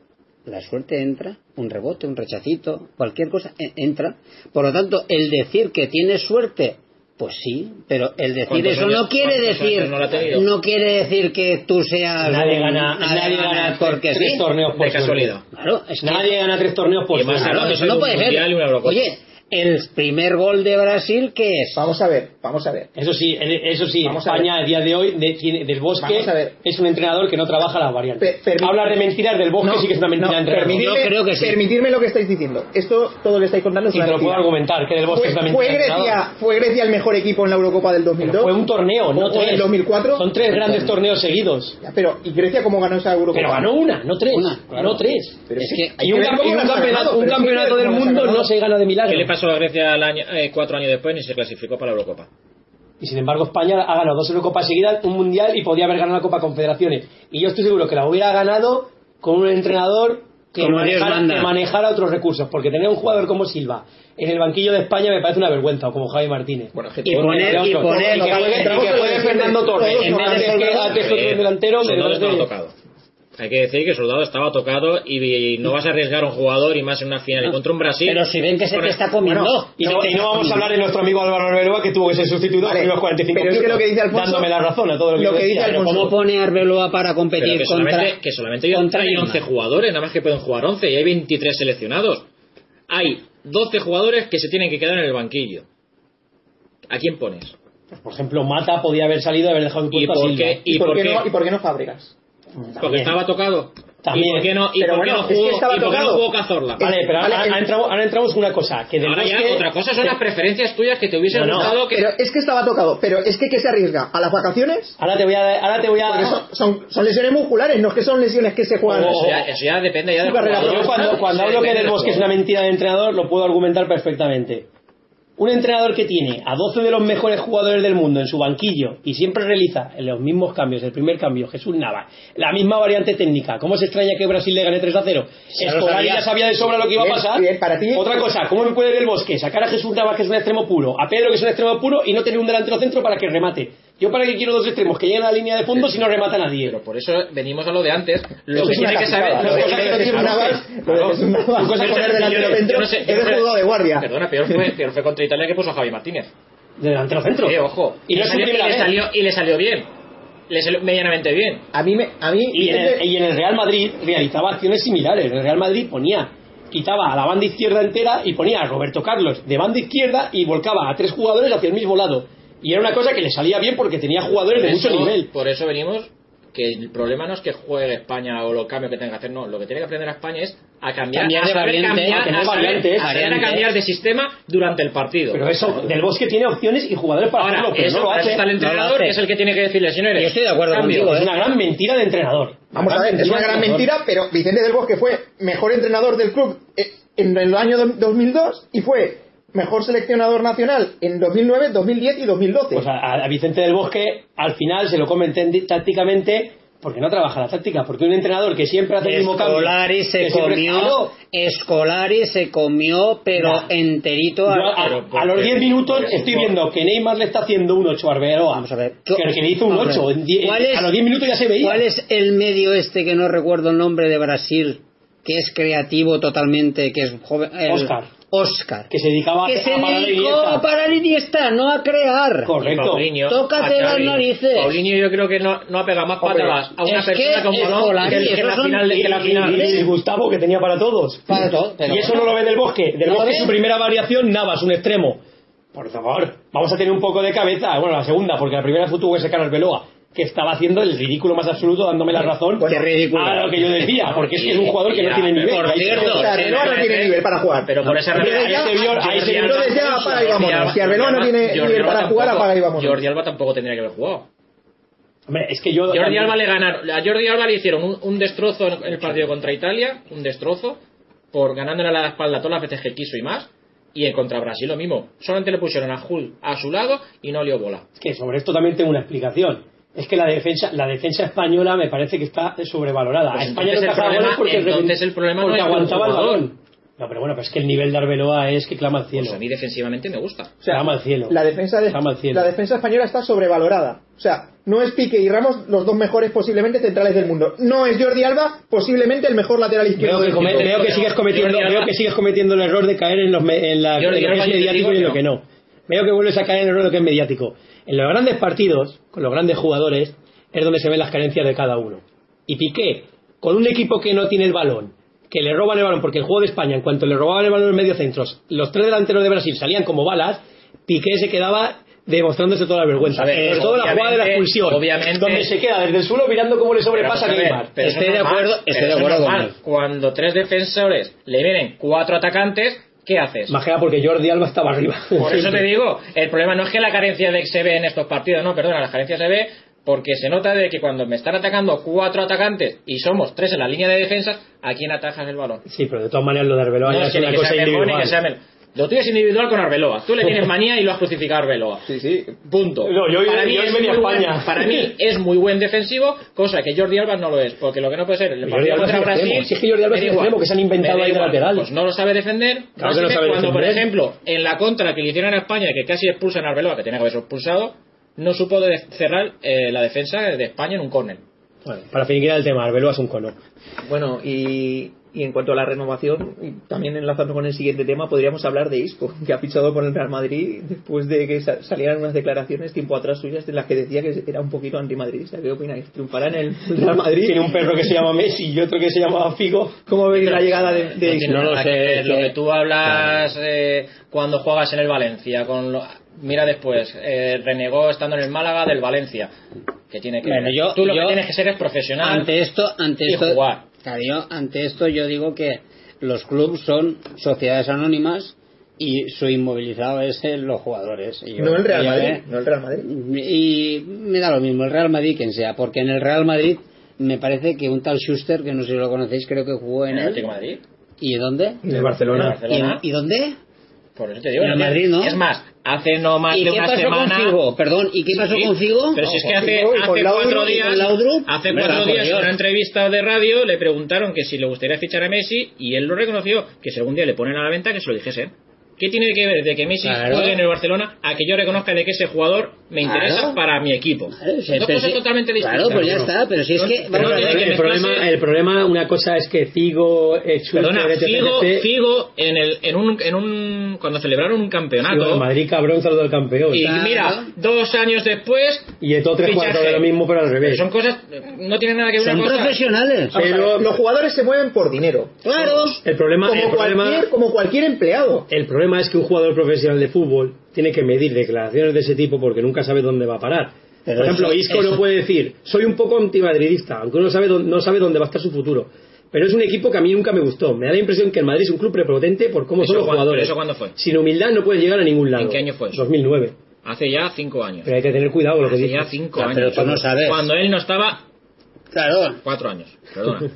[SPEAKER 5] la suerte entra, un rebote, un rechacito, cualquier cosa e- entra. Por lo tanto, el decir que tiene suerte, pues sí, pero el decir
[SPEAKER 4] ¿Cuántos
[SPEAKER 5] eso
[SPEAKER 4] años-
[SPEAKER 5] no quiere
[SPEAKER 4] cuántos
[SPEAKER 5] decir
[SPEAKER 4] años no la ha tenido?
[SPEAKER 5] no quiere decir que tú seas
[SPEAKER 2] Nadie gana,
[SPEAKER 5] nadie
[SPEAKER 2] nadie
[SPEAKER 5] gana
[SPEAKER 2] gana
[SPEAKER 5] porque
[SPEAKER 2] tres
[SPEAKER 5] sí.
[SPEAKER 2] torneos por
[SPEAKER 4] De
[SPEAKER 2] suerte.
[SPEAKER 4] casualidad.
[SPEAKER 5] Claro, es que-
[SPEAKER 2] Nadie gana tres torneos por
[SPEAKER 4] Y más
[SPEAKER 2] suerte.
[SPEAKER 5] claro,
[SPEAKER 4] hablando
[SPEAKER 5] eso no
[SPEAKER 4] de un
[SPEAKER 5] puede
[SPEAKER 4] mundial y una
[SPEAKER 5] ser.
[SPEAKER 4] Eurocopa.
[SPEAKER 5] Oye, el primer gol de Brasil que es
[SPEAKER 6] vamos a ver vamos a ver
[SPEAKER 2] Eso sí, en- eso sí,
[SPEAKER 6] Vamos a
[SPEAKER 2] España a, día de hoy de- tiene- del Bosque
[SPEAKER 6] Vamos a ver.
[SPEAKER 2] es un entrenador que no trabaja las variantes.
[SPEAKER 6] Pe- permi-
[SPEAKER 2] Habla de mentiras del Bosque, sí Oh, que es una mentira
[SPEAKER 6] no,
[SPEAKER 2] entre
[SPEAKER 6] permitidme,
[SPEAKER 5] Yo creo que sí.
[SPEAKER 6] permitidme lo que estáis diciendo esto todo lo que estáis contando
[SPEAKER 2] Y
[SPEAKER 6] es
[SPEAKER 2] te
[SPEAKER 6] una
[SPEAKER 2] lo puedo
[SPEAKER 6] mentira
[SPEAKER 2] argumentar, que del Bosque
[SPEAKER 6] fue,
[SPEAKER 2] es una
[SPEAKER 6] fue
[SPEAKER 2] mentira. de entrenador.
[SPEAKER 6] Grecia fue Grecia el mejor equipo en la Eurocopa del
[SPEAKER 2] Pero
[SPEAKER 6] 2002
[SPEAKER 2] Fue un torneo, no
[SPEAKER 6] ¿O en
[SPEAKER 2] tres.
[SPEAKER 6] el 2004?
[SPEAKER 2] Son tres grandes torneos seguidos.
[SPEAKER 6] Ya, pero ¿y Grecia cómo ganó esa Eurocopa?
[SPEAKER 2] Pero ganó una, no tres.
[SPEAKER 5] Una,
[SPEAKER 2] Ganó tres.
[SPEAKER 6] Pero
[SPEAKER 5] Es
[SPEAKER 6] sí,
[SPEAKER 5] que-
[SPEAKER 6] hay
[SPEAKER 2] y un,
[SPEAKER 6] ver
[SPEAKER 2] cam-
[SPEAKER 6] cómo
[SPEAKER 2] y un
[SPEAKER 6] las ha
[SPEAKER 2] campeonato,
[SPEAKER 6] ganado,
[SPEAKER 2] un
[SPEAKER 6] pero es que
[SPEAKER 2] campeonato
[SPEAKER 6] cómo
[SPEAKER 2] del
[SPEAKER 6] las ha
[SPEAKER 2] mundo
[SPEAKER 6] ganado.
[SPEAKER 2] no se gana de milagro.
[SPEAKER 4] ¿Qué le pasó a Grecia al año, eh, cuatro años después ni se clasificó para la Eurocopa?
[SPEAKER 2] Y sin embargo, España ha ganado dos Eurocopas seguidas, un Mundial y podía haber ganado la Copa Confederaciones. Y yo estoy seguro que la hubiera ganado con un entrenador que
[SPEAKER 5] Como Dios
[SPEAKER 2] manejara,
[SPEAKER 5] manda.
[SPEAKER 2] que manejara otros recursos. Porque tener un jugador como Silva en el banquillo de España me parece una vergüenza, o como Javi Martínez.
[SPEAKER 6] Bueno, es que
[SPEAKER 5] Y
[SPEAKER 6] todo-
[SPEAKER 5] poner- y
[SPEAKER 2] Todos
[SPEAKER 5] poner-
[SPEAKER 2] los que juegue-
[SPEAKER 6] entramos
[SPEAKER 2] y que
[SPEAKER 6] en
[SPEAKER 2] juegue
[SPEAKER 6] el-
[SPEAKER 2] Fernando Torres.
[SPEAKER 6] todos
[SPEAKER 2] En vez
[SPEAKER 6] los
[SPEAKER 2] de que antes que otro
[SPEAKER 4] Eh,
[SPEAKER 2] delantero, me
[SPEAKER 4] Soldado estaba
[SPEAKER 2] parece-
[SPEAKER 4] tocado. Hay que decir que Soldado estaba tocado y, y no vas a arriesgar a un jugador y más en una final y contra un Brasil.
[SPEAKER 5] Pero si ven que se
[SPEAKER 4] Por
[SPEAKER 5] te
[SPEAKER 4] el-
[SPEAKER 5] está comiendo.
[SPEAKER 2] Y no, y no vamos a hablar de nuestro amigo Álvaro Arbeloa que tuvo que ser sustituido
[SPEAKER 6] Vale,
[SPEAKER 2] en los 45
[SPEAKER 6] pero es que
[SPEAKER 2] minutos,
[SPEAKER 6] lo que dice Alfonso-
[SPEAKER 2] dándome la razón a todo lo que,
[SPEAKER 6] lo
[SPEAKER 2] yo
[SPEAKER 6] que
[SPEAKER 2] decía,
[SPEAKER 6] dice
[SPEAKER 2] pero
[SPEAKER 6] Alfonso-
[SPEAKER 5] ¿Cómo pone Arbeloa para
[SPEAKER 4] Pero
[SPEAKER 5] competir
[SPEAKER 4] que
[SPEAKER 5] contra
[SPEAKER 4] solamente, que solamente hay-
[SPEAKER 5] contra
[SPEAKER 4] hay
[SPEAKER 5] Neymar?
[SPEAKER 4] 11 jugadores, nada más que pueden jugar 11 y hay 23 seleccionados. Hay 12 jugadores que se tienen que quedar en el banquillo. ¿A quién pones?
[SPEAKER 2] como- por ejemplo, Mata podía haber salido y haber dejado
[SPEAKER 4] ¿Y
[SPEAKER 2] impuesto a
[SPEAKER 4] por
[SPEAKER 2] Silva.
[SPEAKER 4] qué?
[SPEAKER 6] ¿Y
[SPEAKER 4] ¿Y
[SPEAKER 6] por qué
[SPEAKER 4] por
[SPEAKER 6] no-
[SPEAKER 4] qué?
[SPEAKER 6] y por qué no Fabregas?
[SPEAKER 4] Porque
[SPEAKER 2] También.
[SPEAKER 4] estaba tocado.
[SPEAKER 2] También.
[SPEAKER 4] ¿Y por qué no, y
[SPEAKER 6] Pero
[SPEAKER 4] por qué
[SPEAKER 6] bueno,
[SPEAKER 4] no
[SPEAKER 6] es
[SPEAKER 4] jugó,
[SPEAKER 6] que estaba
[SPEAKER 4] y por qué no
[SPEAKER 6] tocado. Eh,
[SPEAKER 4] jugó Cazorla?
[SPEAKER 2] Vale, Eh, pero ahora,
[SPEAKER 6] Vale, el-
[SPEAKER 2] ahora entramos, ahora entramos una cosa. Que del
[SPEAKER 4] Ahora ya,
[SPEAKER 2] bosque-
[SPEAKER 4] otra cosa son las preferencias tuyas que te hubiesen
[SPEAKER 2] No, no.
[SPEAKER 4] gustado que...
[SPEAKER 6] Pero es que estaba tocado, pero es que ¿qué se arriesga? ¿A las vacaciones?
[SPEAKER 2] Ahora te voy a. Ahora te voy a
[SPEAKER 6] Porque son, son, son lesiones musculares, no es que son lesiones que se juegan.
[SPEAKER 2] O-
[SPEAKER 4] Eso ya, eso ya depende ya
[SPEAKER 6] Su
[SPEAKER 4] del
[SPEAKER 6] carrera
[SPEAKER 4] jugador.
[SPEAKER 2] yo cuando, cuando
[SPEAKER 4] Eso
[SPEAKER 2] hablo que
[SPEAKER 4] depende
[SPEAKER 2] del
[SPEAKER 4] del
[SPEAKER 2] bosque es una
[SPEAKER 4] jugador.
[SPEAKER 2] mentira de entrenador, lo puedo argumentar perfectamente. Un entrenador que tiene a 12 de los mejores jugadores del mundo en su banquillo y siempre realiza los mismos cambios, el primer cambio, Jesús Nava, la misma variante técnica. ¿Cómo se extraña que Brasil le gane 3 a 0?
[SPEAKER 5] lo
[SPEAKER 2] Escolar
[SPEAKER 5] sabía.
[SPEAKER 2] ya sabía de sobra lo que iba a
[SPEAKER 6] Bien,
[SPEAKER 2] pasar.
[SPEAKER 6] bien, para ti.
[SPEAKER 2] Otra cosa, ¿cómo me puede del bosque sacar a Jesús Nava, que es un extremo puro, a Pedro, que es un extremo puro, y no tener un delantero centro para que remate? Yo para qué quiero dos extremos que lleguen a la línea de fondo si no remata nadie.
[SPEAKER 4] Pero pues, por eso venimos a lo de antes. Lo
[SPEAKER 6] Eso
[SPEAKER 4] que
[SPEAKER 6] es una
[SPEAKER 4] tiene que
[SPEAKER 6] cacicada,
[SPEAKER 4] saber. las
[SPEAKER 6] lo
[SPEAKER 4] cosas
[SPEAKER 6] de
[SPEAKER 4] que
[SPEAKER 6] que
[SPEAKER 4] no
[SPEAKER 6] es
[SPEAKER 4] tiene
[SPEAKER 6] una
[SPEAKER 4] que
[SPEAKER 6] vas-
[SPEAKER 4] saber.
[SPEAKER 6] lo de que es una vas
[SPEAKER 4] Tú cosas
[SPEAKER 6] a
[SPEAKER 4] que
[SPEAKER 6] poner
[SPEAKER 4] yo-
[SPEAKER 6] delante
[SPEAKER 4] yo-
[SPEAKER 6] del centro,
[SPEAKER 4] yo no sé,
[SPEAKER 6] eres
[SPEAKER 4] peor fue-
[SPEAKER 6] juzgado de guardia.
[SPEAKER 4] Perdona, peor fue, peor fue contra Italia que puso a Javi Martínez.
[SPEAKER 2] De delantero centro.
[SPEAKER 4] Eh, ojo.
[SPEAKER 2] Y
[SPEAKER 4] Y,
[SPEAKER 2] no
[SPEAKER 4] le
[SPEAKER 2] es su
[SPEAKER 4] salió, y
[SPEAKER 2] primera
[SPEAKER 4] le
[SPEAKER 2] vez.
[SPEAKER 4] salió, y le salió bien. Le salió medianamente bien.
[SPEAKER 6] A
[SPEAKER 2] Ah,
[SPEAKER 6] mí, me, a mí
[SPEAKER 2] Y en, el, y en el Real Madrid realizaba acciones similares. El Real Madrid ponía, quitaba a la banda izquierda entera y ponía a Roberto Carlos de banda izquierda y volcaba a tres jugadores hacia el mismo lado. Y era una cosa que le salía bien porque tenía jugadores de mucho
[SPEAKER 4] Eso-
[SPEAKER 2] nivel.
[SPEAKER 4] Por eso venimos que el problema no es que juegue España o los cambios que tenga que hacer, no. Lo que tiene que aprender a España es a cambiar,
[SPEAKER 5] Cambiar
[SPEAKER 4] a
[SPEAKER 5] de
[SPEAKER 4] saber
[SPEAKER 5] variante,
[SPEAKER 4] cambiar,
[SPEAKER 2] a tener
[SPEAKER 4] a saber-
[SPEAKER 2] variantes,
[SPEAKER 4] a saber
[SPEAKER 5] variantes.
[SPEAKER 4] cambiar de sistema durante el partido.
[SPEAKER 2] Pero eso, Del Bosque tiene opciones y jugadores para
[SPEAKER 4] Ahora,
[SPEAKER 2] hacerlo, pero
[SPEAKER 4] eso
[SPEAKER 2] no lo
[SPEAKER 4] para eso
[SPEAKER 2] hace.
[SPEAKER 4] está el
[SPEAKER 5] no lo
[SPEAKER 4] entrenador,
[SPEAKER 5] hace.
[SPEAKER 4] que ¿eh? es el que tiene que decirle, señores.
[SPEAKER 5] Yo estoy de acuerdo
[SPEAKER 4] cambio.
[SPEAKER 5] contigo, ¿eh?
[SPEAKER 2] Es una gran mentira de entrenador.
[SPEAKER 6] Vamos a ver, es una gran mentira, pero Vicente del Bosque fue mejor entrenador del club eh, en el año do- 2002 y fue mejor seleccionador nacional en 2009, 2010 y 2012.
[SPEAKER 2] Pues a, a Vicente del Bosque al final se lo comen tendi- tácticamente porque no trabaja la táctica, porque un entrenador que siempre hace el mismo cambio.
[SPEAKER 5] Escolari se
[SPEAKER 2] que siempre-
[SPEAKER 5] comió,
[SPEAKER 2] Claro,
[SPEAKER 5] Escolari se comió, pero
[SPEAKER 2] Ya.
[SPEAKER 5] enterito
[SPEAKER 2] yo
[SPEAKER 5] a-
[SPEAKER 2] a,
[SPEAKER 4] pero
[SPEAKER 2] a los
[SPEAKER 4] porque-
[SPEAKER 2] 10 minutos
[SPEAKER 4] porque-
[SPEAKER 2] estoy viendo que Neymar le está haciendo un 8 a Arbeloa.
[SPEAKER 5] Vamos a ver.
[SPEAKER 2] Que, que le hizo un
[SPEAKER 5] Vamos a
[SPEAKER 2] 8.
[SPEAKER 5] ver.
[SPEAKER 2] en die-
[SPEAKER 5] ¿Cuál es-
[SPEAKER 2] a los 10 minutos ya se veía.
[SPEAKER 5] ¿Cuál es el medio este que no recuerdo el nombre de Brasil, que es creativo totalmente, que es joven? el-
[SPEAKER 2] Oscar.
[SPEAKER 5] Oscar.
[SPEAKER 2] Que se dedicaba
[SPEAKER 5] Que
[SPEAKER 2] a,
[SPEAKER 5] se
[SPEAKER 2] a parar
[SPEAKER 5] dedicó
[SPEAKER 2] Iniesta.
[SPEAKER 5] a parar Iniesta, no a crear.
[SPEAKER 2] Correcto.
[SPEAKER 4] Y Paulinho,
[SPEAKER 5] Tócate
[SPEAKER 4] a
[SPEAKER 5] las
[SPEAKER 4] Xavi.
[SPEAKER 5] narices.
[SPEAKER 4] Paulinho yo creo que no, no ha pegado más
[SPEAKER 6] Hombre,
[SPEAKER 4] patadas a una
[SPEAKER 5] es
[SPEAKER 4] persona
[SPEAKER 5] que
[SPEAKER 4] como no
[SPEAKER 5] Escolari,
[SPEAKER 4] que, que la
[SPEAKER 5] esos son-
[SPEAKER 4] final de que la
[SPEAKER 2] Y-
[SPEAKER 4] final.
[SPEAKER 2] y- y Gustavo que tenía para todos.
[SPEAKER 5] Para todo, pero
[SPEAKER 2] y eso no lo ve del bosque. Del
[SPEAKER 5] ¿No lo
[SPEAKER 2] bosque
[SPEAKER 5] ve?
[SPEAKER 2] su primera variación, Navas, un extremo. Por favor, vamos a tener un poco de cabeza. Bueno, la segunda, porque la primera fue tuvo ese Carlos Veloa, que estaba haciendo el ridículo más absoluto, dándome la razón.
[SPEAKER 5] Qué ridículo.
[SPEAKER 2] A lo que yo decía, porque es que es un jugador que
[SPEAKER 4] Ya,
[SPEAKER 2] no tiene nivel.
[SPEAKER 4] por
[SPEAKER 2] Ahí-
[SPEAKER 5] cierto,
[SPEAKER 6] Claro,
[SPEAKER 4] sí,
[SPEAKER 6] Arbeloa no
[SPEAKER 4] sí,
[SPEAKER 6] tiene
[SPEAKER 4] sí.
[SPEAKER 6] nivel para jugar.
[SPEAKER 4] Pero por esa
[SPEAKER 6] Entonces
[SPEAKER 4] realidad- este
[SPEAKER 6] ya-
[SPEAKER 4] Jordi Alba-
[SPEAKER 6] ahí se-
[SPEAKER 4] Jordi
[SPEAKER 6] entonces
[SPEAKER 4] Alba-
[SPEAKER 6] ya
[SPEAKER 4] Jordi
[SPEAKER 6] apaga y vámonos.
[SPEAKER 4] Alba-
[SPEAKER 6] Si Arbeloa no
[SPEAKER 4] Jordi
[SPEAKER 6] tiene
[SPEAKER 4] Alba-
[SPEAKER 6] nivel
[SPEAKER 4] Jordi Alba
[SPEAKER 6] para
[SPEAKER 4] tampoco-
[SPEAKER 6] jugar, apaga y vámonos.
[SPEAKER 4] Jordi Alba tampoco tendría que haber jugado.
[SPEAKER 2] Hombre, es que yo.
[SPEAKER 4] Jordi
[SPEAKER 2] también-
[SPEAKER 4] Alba le ganaron. A Jordi Alba le hicieron un, un destrozo en el partido contra Italia, un destrozo, por ganándole a la espalda todas las veces que quiso y más. Y en contra Brasil lo mismo. Solamente le pusieron a Jul a su lado y no lió bola.
[SPEAKER 2] Es que sobre esto también tengo una explicación. Es que la defensa, la defensa española me parece que está sobrevalorada.
[SPEAKER 4] Pues
[SPEAKER 2] A España no
[SPEAKER 4] entonces el
[SPEAKER 2] encajaba
[SPEAKER 4] problema-
[SPEAKER 2] goles porque
[SPEAKER 4] entonces el problema no
[SPEAKER 2] porque
[SPEAKER 4] es el
[SPEAKER 2] aguantaba el
[SPEAKER 4] jugador.
[SPEAKER 2] balón. No, pero bueno, pero es que el nivel de Arbeloa es que clama al cielo.
[SPEAKER 4] Pues a mí defensivamente me gusta.
[SPEAKER 6] O sea,
[SPEAKER 2] Llama al cielo.
[SPEAKER 6] La defensa, de-
[SPEAKER 2] Llama al cielo.
[SPEAKER 6] la defensa española está sobrevalorada. O sea, no es Pique y Ramos los dos mejores posiblemente centrales del mundo. No es Jordi Alba posiblemente el mejor lateral izquierdo
[SPEAKER 2] Veo que,
[SPEAKER 6] del
[SPEAKER 2] come-
[SPEAKER 6] mundo.
[SPEAKER 2] veo que sigues cometiendo,
[SPEAKER 4] Jordi Alba-
[SPEAKER 2] veo que sigues cometiendo el error de caer en, los me- en la,
[SPEAKER 4] Jordi
[SPEAKER 2] en lo que
[SPEAKER 4] Alba,
[SPEAKER 2] es
[SPEAKER 4] yo te
[SPEAKER 2] mediático
[SPEAKER 4] digo
[SPEAKER 2] y en
[SPEAKER 4] que
[SPEAKER 2] lo que no. Veo que vuelves a caer en el error de lo que es mediático. En los grandes partidos, con los grandes jugadores, es donde se ven las carencias de cada uno. Y Piqué, con un equipo que no tiene el balón, que le roban el balón, porque el juego de España, en cuanto le robaban el balón en medio centros, los tres delanteros de Brasil salían como balas, Piqué se quedaba demostrándose toda la vergüenza.
[SPEAKER 4] Pues A ver,
[SPEAKER 2] Eh, toda la jugada de la
[SPEAKER 4] obviamente-
[SPEAKER 2] expulsión.
[SPEAKER 4] obviamente-
[SPEAKER 2] donde se queda desde el suelo mirando cómo le
[SPEAKER 4] Pero,
[SPEAKER 2] sobrepasa a
[SPEAKER 4] vamos a ver,
[SPEAKER 2] Neymar.
[SPEAKER 4] pero
[SPEAKER 5] Estoy
[SPEAKER 4] eso
[SPEAKER 5] de
[SPEAKER 4] es normal,
[SPEAKER 5] acuerdo- estoy
[SPEAKER 4] pero
[SPEAKER 5] de
[SPEAKER 4] eso es
[SPEAKER 5] acuerdo con
[SPEAKER 4] normal.
[SPEAKER 5] él.
[SPEAKER 4] Cuando tres defensores le vienen cuatro atacantes, ¿qué haces?
[SPEAKER 2] Más que nada porque Jordi Alba estaba arriba.
[SPEAKER 4] Por eso
[SPEAKER 2] Siempre.
[SPEAKER 4] te digo, el problema no es que la carencia de se ve en estos partidos, no, perdona, la carencia se ve porque se nota de que cuando me están atacando cuatro atacantes y somos tres en la línea de defensa, ¿a quién atajas el balón?
[SPEAKER 2] Sí, pero de todas maneras lo de Arbeloa
[SPEAKER 4] No
[SPEAKER 2] ya es
[SPEAKER 4] es que ni
[SPEAKER 2] una
[SPEAKER 4] que
[SPEAKER 2] cosa
[SPEAKER 4] sea mejor ni
[SPEAKER 2] individual.
[SPEAKER 4] que sea menos. Lo tuyo es individual con Arbeloa. Tú le tienes manía y lo has crucificado a Arbeloa.
[SPEAKER 6] Sí, sí.
[SPEAKER 4] Punto.
[SPEAKER 2] No, yo- yo- yo venía a
[SPEAKER 4] muy buen-
[SPEAKER 2] España.
[SPEAKER 4] para mí es muy buen defensivo, cosa que Jordi Alba no lo es, porque lo que no puede ser, el
[SPEAKER 2] Jordi
[SPEAKER 4] partido
[SPEAKER 2] Alba es
[SPEAKER 4] contra
[SPEAKER 2] un extremo.
[SPEAKER 4] Brasil.
[SPEAKER 2] Si es que Jordi Alba es
[SPEAKER 4] me
[SPEAKER 2] un
[SPEAKER 4] da igual.
[SPEAKER 2] extremo, que se han inventado
[SPEAKER 4] Me da
[SPEAKER 2] ahí de
[SPEAKER 4] igual.
[SPEAKER 2] lateral.
[SPEAKER 4] Pues no lo sabe defender.
[SPEAKER 2] Claro que no
[SPEAKER 4] Así
[SPEAKER 2] sabe
[SPEAKER 4] cuando, por
[SPEAKER 2] defender.
[SPEAKER 4] ejemplo, en la contra que le hicieron a España, que casi expulsan a Arbeloa, que tenía que haberse expulsado, no supo de- cerrar eh, la defensa de España en un córner.
[SPEAKER 2] Bueno, para finiquitar el tema, Arbeloa es un cono.
[SPEAKER 7] Bueno, y, y en cuanto a la renovación, y también enlazando con el siguiente tema, podríamos hablar de Isco, que ha fichado por el Real Madrid después de que sa- salieran unas declaraciones tiempo atrás suyas de las que decía que era un poquito antimadridista. ¿Qué opináis? ¿Triunfará en el Real Madrid?
[SPEAKER 2] Tiene un perro que se llama Messi y otro que se llamaba Figo.
[SPEAKER 7] ¿Cómo veis la llegada de, de
[SPEAKER 4] no
[SPEAKER 7] Isco?
[SPEAKER 4] tiene
[SPEAKER 5] no lo
[SPEAKER 4] nada que
[SPEAKER 5] sé,
[SPEAKER 4] ver
[SPEAKER 5] es
[SPEAKER 4] Lo
[SPEAKER 5] que-
[SPEAKER 4] que tú hablas eh, cuando juegas en el Valencia, con lo- mira después, eh, renegó estando en el Málaga del Valencia, que tiene que
[SPEAKER 5] Bueno,
[SPEAKER 4] ver.
[SPEAKER 5] yo-
[SPEAKER 4] tú lo
[SPEAKER 5] yo-
[SPEAKER 4] que tienes que ser es profesional.
[SPEAKER 5] ante esto, ante
[SPEAKER 4] y
[SPEAKER 5] esto,
[SPEAKER 4] jugar.
[SPEAKER 5] Claro, yo, ante esto yo digo que los clubes son sociedades anónimas y su inmovilizado es eh, los jugadores. Y yo-
[SPEAKER 7] No el Real
[SPEAKER 5] yo,
[SPEAKER 7] Madrid,
[SPEAKER 5] eh,
[SPEAKER 7] no el Real Madrid.
[SPEAKER 5] y me da lo mismo el Real Madrid quien sea, porque en el Real Madrid me parece que un tal Schuster, que no sé si lo conocéis, creo que jugó
[SPEAKER 4] en
[SPEAKER 5] en
[SPEAKER 4] el Atlético
[SPEAKER 5] él.
[SPEAKER 4] de Madrid.
[SPEAKER 5] ¿Y dónde?
[SPEAKER 2] En el Barcelona.
[SPEAKER 5] ¿Y,
[SPEAKER 4] Barcelona.
[SPEAKER 5] y dónde?
[SPEAKER 4] Por eso te digo.
[SPEAKER 5] En el
[SPEAKER 4] no
[SPEAKER 5] Madrid, ¿no?
[SPEAKER 4] Es más, hace no más
[SPEAKER 5] ¿Y
[SPEAKER 4] de
[SPEAKER 5] qué
[SPEAKER 4] una
[SPEAKER 5] pasó
[SPEAKER 4] semana.
[SPEAKER 5] con Figo? Perdón, ¿y qué pasó
[SPEAKER 4] Sí,
[SPEAKER 5] con Figo?
[SPEAKER 4] Pero si es que hace,
[SPEAKER 6] Figo y
[SPEAKER 4] hace
[SPEAKER 6] con Laudrup
[SPEAKER 4] cuatro
[SPEAKER 5] y
[SPEAKER 4] días,
[SPEAKER 5] con Laudrup.
[SPEAKER 4] hace
[SPEAKER 5] Hombre,
[SPEAKER 4] cuatro
[SPEAKER 5] por
[SPEAKER 4] días en
[SPEAKER 5] Dios.
[SPEAKER 4] una entrevista de radio le preguntaron que si le gustaría fichar a Messi y él lo reconoció que si algún día le ponen a la venta que se lo dijese. ¿Qué tiene que ver de que Messi
[SPEAKER 5] Claro.
[SPEAKER 4] juegue en el Barcelona a que yo reconozca de que ese jugador me interesa
[SPEAKER 5] Claro.
[SPEAKER 4] para mi equipo?
[SPEAKER 5] Claro, sí,
[SPEAKER 4] Dos
[SPEAKER 5] pero
[SPEAKER 4] cosas
[SPEAKER 5] sí.
[SPEAKER 4] totalmente distintas.
[SPEAKER 5] Claro, pues ya
[SPEAKER 4] ¿no?
[SPEAKER 5] está, pero si es
[SPEAKER 4] No,
[SPEAKER 5] que-
[SPEAKER 4] pero
[SPEAKER 5] vamos a
[SPEAKER 4] no
[SPEAKER 5] ver,
[SPEAKER 4] tiene que
[SPEAKER 2] el,
[SPEAKER 4] mezclarse-
[SPEAKER 2] problema, el problema, una cosa es que Figo, eh, Schuster,
[SPEAKER 4] Perdona,
[SPEAKER 2] etc,
[SPEAKER 4] Figo,
[SPEAKER 2] etc,
[SPEAKER 4] Figo en, el, en, un, en un. Cuando celebraron un
[SPEAKER 2] Figo de
[SPEAKER 4] campeonato.
[SPEAKER 2] Madrid, cabrón, salió del campeón.
[SPEAKER 4] Y
[SPEAKER 2] Y,
[SPEAKER 5] Claro.
[SPEAKER 4] mira, dos años después.
[SPEAKER 2] Eto tres
[SPEAKER 4] fichaje.
[SPEAKER 2] cuartos de lo mismo, pero al revés.
[SPEAKER 4] Son cosas. No tienen nada que ver
[SPEAKER 5] Son
[SPEAKER 4] una cosa.
[SPEAKER 5] profesionales.
[SPEAKER 2] Pero
[SPEAKER 6] Los jugadores se mueven por dinero.
[SPEAKER 5] Claro.
[SPEAKER 2] el problema, el
[SPEAKER 6] Como
[SPEAKER 2] problema,
[SPEAKER 6] cualquier, como cualquier empleado.
[SPEAKER 2] el problema es que un jugador profesional de fútbol tiene que medir declaraciones de ese tipo porque nunca sabe dónde va a parar.
[SPEAKER 5] Pero
[SPEAKER 2] Por ejemplo,
[SPEAKER 5] eso-
[SPEAKER 2] Isco
[SPEAKER 5] eso-
[SPEAKER 2] no puede decir, soy un poco antimadridista, aunque uno sabe dónde- no sabe dónde va a estar su futuro. Pero es un equipo que a mí nunca me gustó. Me da la impresión que el Madrid es un club prepotente por cómo son
[SPEAKER 4] ¿Eso
[SPEAKER 2] los
[SPEAKER 4] cuándo-
[SPEAKER 2] jugadores.
[SPEAKER 4] pero eso cuándo fue?
[SPEAKER 2] Sin humildad no puedes llegar a ningún lado.
[SPEAKER 4] ¿En qué año fue eso?
[SPEAKER 2] 2009.
[SPEAKER 4] Hace ya cinco años.
[SPEAKER 2] Pero hay que tener cuidado con lo que
[SPEAKER 4] Hace
[SPEAKER 2] dices.
[SPEAKER 4] ya cinco
[SPEAKER 5] Ah,
[SPEAKER 4] años.
[SPEAKER 5] pero tú no sabes.
[SPEAKER 4] Cuando él no estaba.
[SPEAKER 5] Claro.
[SPEAKER 4] Cuatro años, perdona.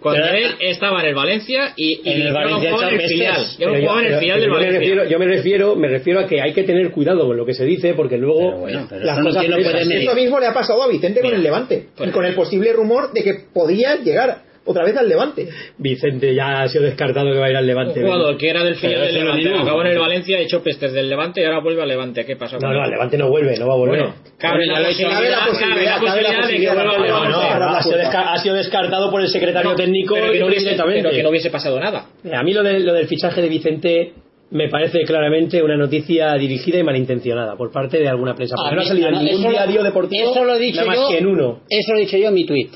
[SPEAKER 4] Cuando
[SPEAKER 5] Pero-
[SPEAKER 4] él estaba en el Valencia y, y
[SPEAKER 5] En el
[SPEAKER 4] yo no
[SPEAKER 5] Valencia
[SPEAKER 4] jugaba en el
[SPEAKER 5] echaba
[SPEAKER 4] filial.
[SPEAKER 5] pestes.
[SPEAKER 4] Yo no
[SPEAKER 2] Pero
[SPEAKER 4] jugaba en el
[SPEAKER 2] pero-
[SPEAKER 4] filial
[SPEAKER 2] pero yo
[SPEAKER 4] del
[SPEAKER 2] me
[SPEAKER 4] Valencia.
[SPEAKER 2] refiero, yo me refiero, me refiero a que hay que tener cuidado con lo que se dice porque luego
[SPEAKER 5] Pero bueno, pero
[SPEAKER 2] las
[SPEAKER 5] eso no
[SPEAKER 2] cosas
[SPEAKER 5] tiene-
[SPEAKER 2] pesan.
[SPEAKER 5] puede
[SPEAKER 6] Esto mismo le ha pasado a Vicente con el Levante.
[SPEAKER 4] pues-
[SPEAKER 6] y con el posible rumor de que podía llegar otra vez al Levante.
[SPEAKER 2] Vicente ya ha sido descartado que va a ir al
[SPEAKER 4] Un
[SPEAKER 2] Levante.
[SPEAKER 4] jugador que era del filial
[SPEAKER 2] Pero
[SPEAKER 4] del
[SPEAKER 2] eso no
[SPEAKER 4] Levante,
[SPEAKER 2] digo.
[SPEAKER 4] acabó en el Valencia, echó pestes del Levante y ahora vuelve al Levante. ¿Qué pasa?
[SPEAKER 2] No, no, al Levante no vuelve, no va a volver.
[SPEAKER 4] Bueno, cabe la
[SPEAKER 2] Bueno,
[SPEAKER 4] posibilidad,
[SPEAKER 6] Cabe la posibilidad,
[SPEAKER 4] cabe la posibilidad de que vuelva al
[SPEAKER 2] no, no,
[SPEAKER 4] Levante.
[SPEAKER 6] Para la
[SPEAKER 2] ha, sido
[SPEAKER 6] puerta.
[SPEAKER 2] desca- ha sido descartado por el secretario
[SPEAKER 4] No,
[SPEAKER 2] técnico
[SPEAKER 4] pero que, no hubiese,
[SPEAKER 2] directamente.
[SPEAKER 4] pero que no hubiese pasado nada.
[SPEAKER 2] A mí lo, de- lo del fichaje de Vicente me parece claramente una noticia dirigida y malintencionada por parte de alguna prensa. Porque no ha salido en
[SPEAKER 5] Eso
[SPEAKER 2] ningún
[SPEAKER 5] lo-
[SPEAKER 2] diario deportivo
[SPEAKER 5] eso lo he dicho
[SPEAKER 2] nada más
[SPEAKER 5] yo,
[SPEAKER 2] que en uno.
[SPEAKER 5] Eso lo he dicho yo en mi tuit.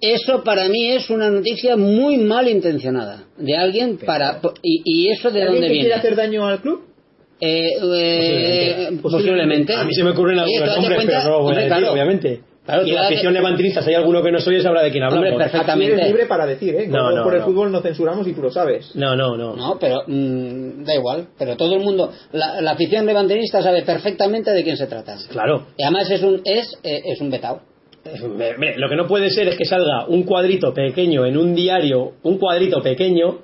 [SPEAKER 5] Eso para mí es una noticia muy mal intencionada de alguien para po- y, y eso de
[SPEAKER 6] ¿Alguien
[SPEAKER 5] dónde
[SPEAKER 6] que
[SPEAKER 5] viene
[SPEAKER 6] quiere hacer daño al club?
[SPEAKER 5] Eh, eh,
[SPEAKER 2] Posiblemente.
[SPEAKER 5] posiblemente
[SPEAKER 2] A mí se me ocurren
[SPEAKER 5] Oye,
[SPEAKER 2] algunos
[SPEAKER 5] tú date
[SPEAKER 2] nombres,
[SPEAKER 5] cuenta-
[SPEAKER 2] pero no lo voy a
[SPEAKER 5] hombre,
[SPEAKER 2] decir,
[SPEAKER 5] claro.
[SPEAKER 2] obviamente.
[SPEAKER 5] Claro,
[SPEAKER 2] y
[SPEAKER 5] tú
[SPEAKER 2] la
[SPEAKER 5] date-
[SPEAKER 2] abricion levantinista, si hay alguno que no soy, sabrá de quién hablamos.
[SPEAKER 5] Hombre, perfecto.
[SPEAKER 6] Aquí
[SPEAKER 5] Exactamente.
[SPEAKER 6] eres libre para decir, ¿eh?
[SPEAKER 2] No,
[SPEAKER 6] Como
[SPEAKER 2] no,
[SPEAKER 6] por el
[SPEAKER 2] no.
[SPEAKER 6] fútbol no censuramos y tú lo sabes.
[SPEAKER 2] No, no, pues no.
[SPEAKER 5] no pero mm, da igual pero todo el mundo la, la afición levantinista sabe perfectamente de quién se trata
[SPEAKER 2] Claro.
[SPEAKER 5] y además es un es eh, es un vetado
[SPEAKER 2] Eh, hombre, lo que no puede ser es que salga un cuadrito pequeño en un diario, un cuadrito pequeño,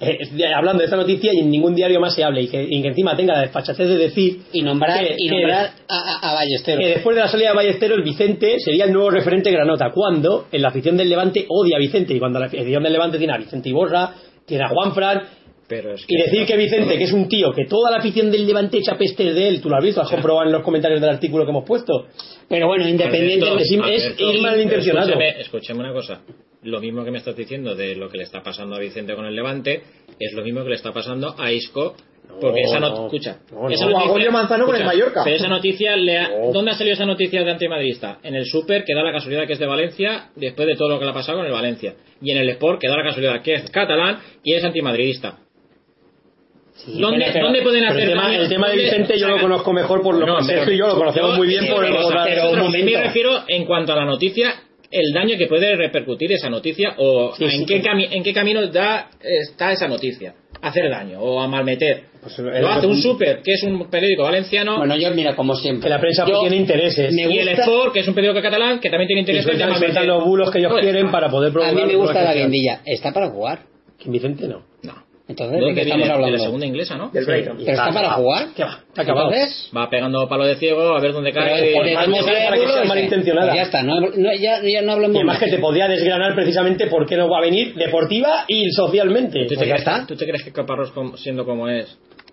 [SPEAKER 2] eh, de- hablando de esta noticia y en ningún dirio más se hable. Y que, y que encima tenga la desfachatez de decir
[SPEAKER 5] y nombrar
[SPEAKER 2] que-
[SPEAKER 5] y
[SPEAKER 2] que-
[SPEAKER 5] nombrar a, a- a Ballesteros
[SPEAKER 2] que después de la salida de Ballesteros, Vicente sería el nuevo referente Granota. Cuando en la afición del Levante odia a Vicente y cuando la afición del Levante tiene a Vicente Iborra, tiene a Juanfran,
[SPEAKER 4] Pero es que
[SPEAKER 2] Y decir que Vicente, que es un tío que toda la afición del Levante echa pestes de él, tú lo has visto, has comprobado en los comentarios del artículo que hemos puesto.
[SPEAKER 5] pero bueno
[SPEAKER 2] Independiente,
[SPEAKER 5] independientemente
[SPEAKER 2] es, es, es malintencionado.
[SPEAKER 4] Escúchame, escúchame una cosa. Lo mismo que me estás diciendo de lo que le está pasando a Vicente con el Levante es lo mismo que le está pasando a Isco. Porque
[SPEAKER 2] No,
[SPEAKER 4] esa no,
[SPEAKER 2] no.
[SPEAKER 4] escucha.
[SPEAKER 2] No,
[SPEAKER 4] esa
[SPEAKER 2] no.
[SPEAKER 6] O a Goyo Manzano con el Mallorca.
[SPEAKER 4] Pero esa noticia, le ha-
[SPEAKER 2] No.
[SPEAKER 4] ¿dónde ha salido esa noticia de antimadridista? En el Super, que da la casualidad que es de Valencia, después de todo lo que le ha pasado con el Valencia. Y en el Sport, que da la casualidad que es catalán y es antimadridista. ¿Dónde,
[SPEAKER 2] Pero-
[SPEAKER 4] dónde pueden
[SPEAKER 2] pero
[SPEAKER 4] hacer
[SPEAKER 2] el tema,
[SPEAKER 4] daño?
[SPEAKER 2] el tema de
[SPEAKER 4] ¿Dónde-
[SPEAKER 2] Vicente yo lo
[SPEAKER 4] saca?
[SPEAKER 2] conozco mejor por lo
[SPEAKER 4] No,
[SPEAKER 2] que Sergio
[SPEAKER 4] pero-
[SPEAKER 2] y yo lo conocemos
[SPEAKER 4] No,
[SPEAKER 2] muy bien
[SPEAKER 4] sí,
[SPEAKER 2] por Pues, el
[SPEAKER 4] pero-
[SPEAKER 2] por-
[SPEAKER 4] pero
[SPEAKER 2] por-
[SPEAKER 4] un momento. me refiero en cuanto a la noticia el daño que puede repercutir esa noticia o
[SPEAKER 2] Sí,
[SPEAKER 4] en,
[SPEAKER 2] sí,
[SPEAKER 4] qué
[SPEAKER 2] sí.
[SPEAKER 4] cami- en qué camino da está esa noticia hacer daño o a malmeter
[SPEAKER 2] Pues el-
[SPEAKER 4] lo hace un super que es un periódico valenciano
[SPEAKER 5] bueno yo mira como siempre
[SPEAKER 2] Que la prensa pues
[SPEAKER 5] Yo-
[SPEAKER 2] tiene intereses.
[SPEAKER 5] me
[SPEAKER 4] y el
[SPEAKER 5] gusta-
[SPEAKER 4] Sport que es un periódico catalán que también tiene
[SPEAKER 2] Y
[SPEAKER 4] interés
[SPEAKER 2] sueltan, sueltan los bulos que ellos
[SPEAKER 4] Pues,
[SPEAKER 2] quieren para poder
[SPEAKER 5] a
[SPEAKER 2] provocar.
[SPEAKER 5] mí me gusta
[SPEAKER 2] una
[SPEAKER 5] la
[SPEAKER 2] reacción.
[SPEAKER 5] guindilla está para jugar
[SPEAKER 2] Que Vicente no.
[SPEAKER 4] no
[SPEAKER 5] entonces de
[SPEAKER 4] ¿Dónde
[SPEAKER 5] qué estamos
[SPEAKER 4] viene? de la
[SPEAKER 5] hablando
[SPEAKER 4] segunda inglesa ¿no?
[SPEAKER 6] Del
[SPEAKER 2] Sí,
[SPEAKER 6] Brighton.
[SPEAKER 2] y
[SPEAKER 5] pero está para jugar
[SPEAKER 2] Ah, Que va, está acabado.
[SPEAKER 5] entonces
[SPEAKER 4] va pegando palo de ciego a ver dónde cae
[SPEAKER 5] Pero, joder,
[SPEAKER 2] más
[SPEAKER 5] vamos
[SPEAKER 2] que
[SPEAKER 5] a ver,
[SPEAKER 2] para que sea
[SPEAKER 5] Bruno,
[SPEAKER 2] malintencionada.
[SPEAKER 5] pues ya está, no, no- ya, ya no hablemos
[SPEAKER 2] Y además
[SPEAKER 5] más.
[SPEAKER 2] que te podía desgranar precisamente por qué no va a venir deportiva y socialmente.
[SPEAKER 4] ¿Tú te,
[SPEAKER 5] Pues ya
[SPEAKER 4] crees,
[SPEAKER 5] está.
[SPEAKER 4] tú te crees que Caparrós com- siendo como es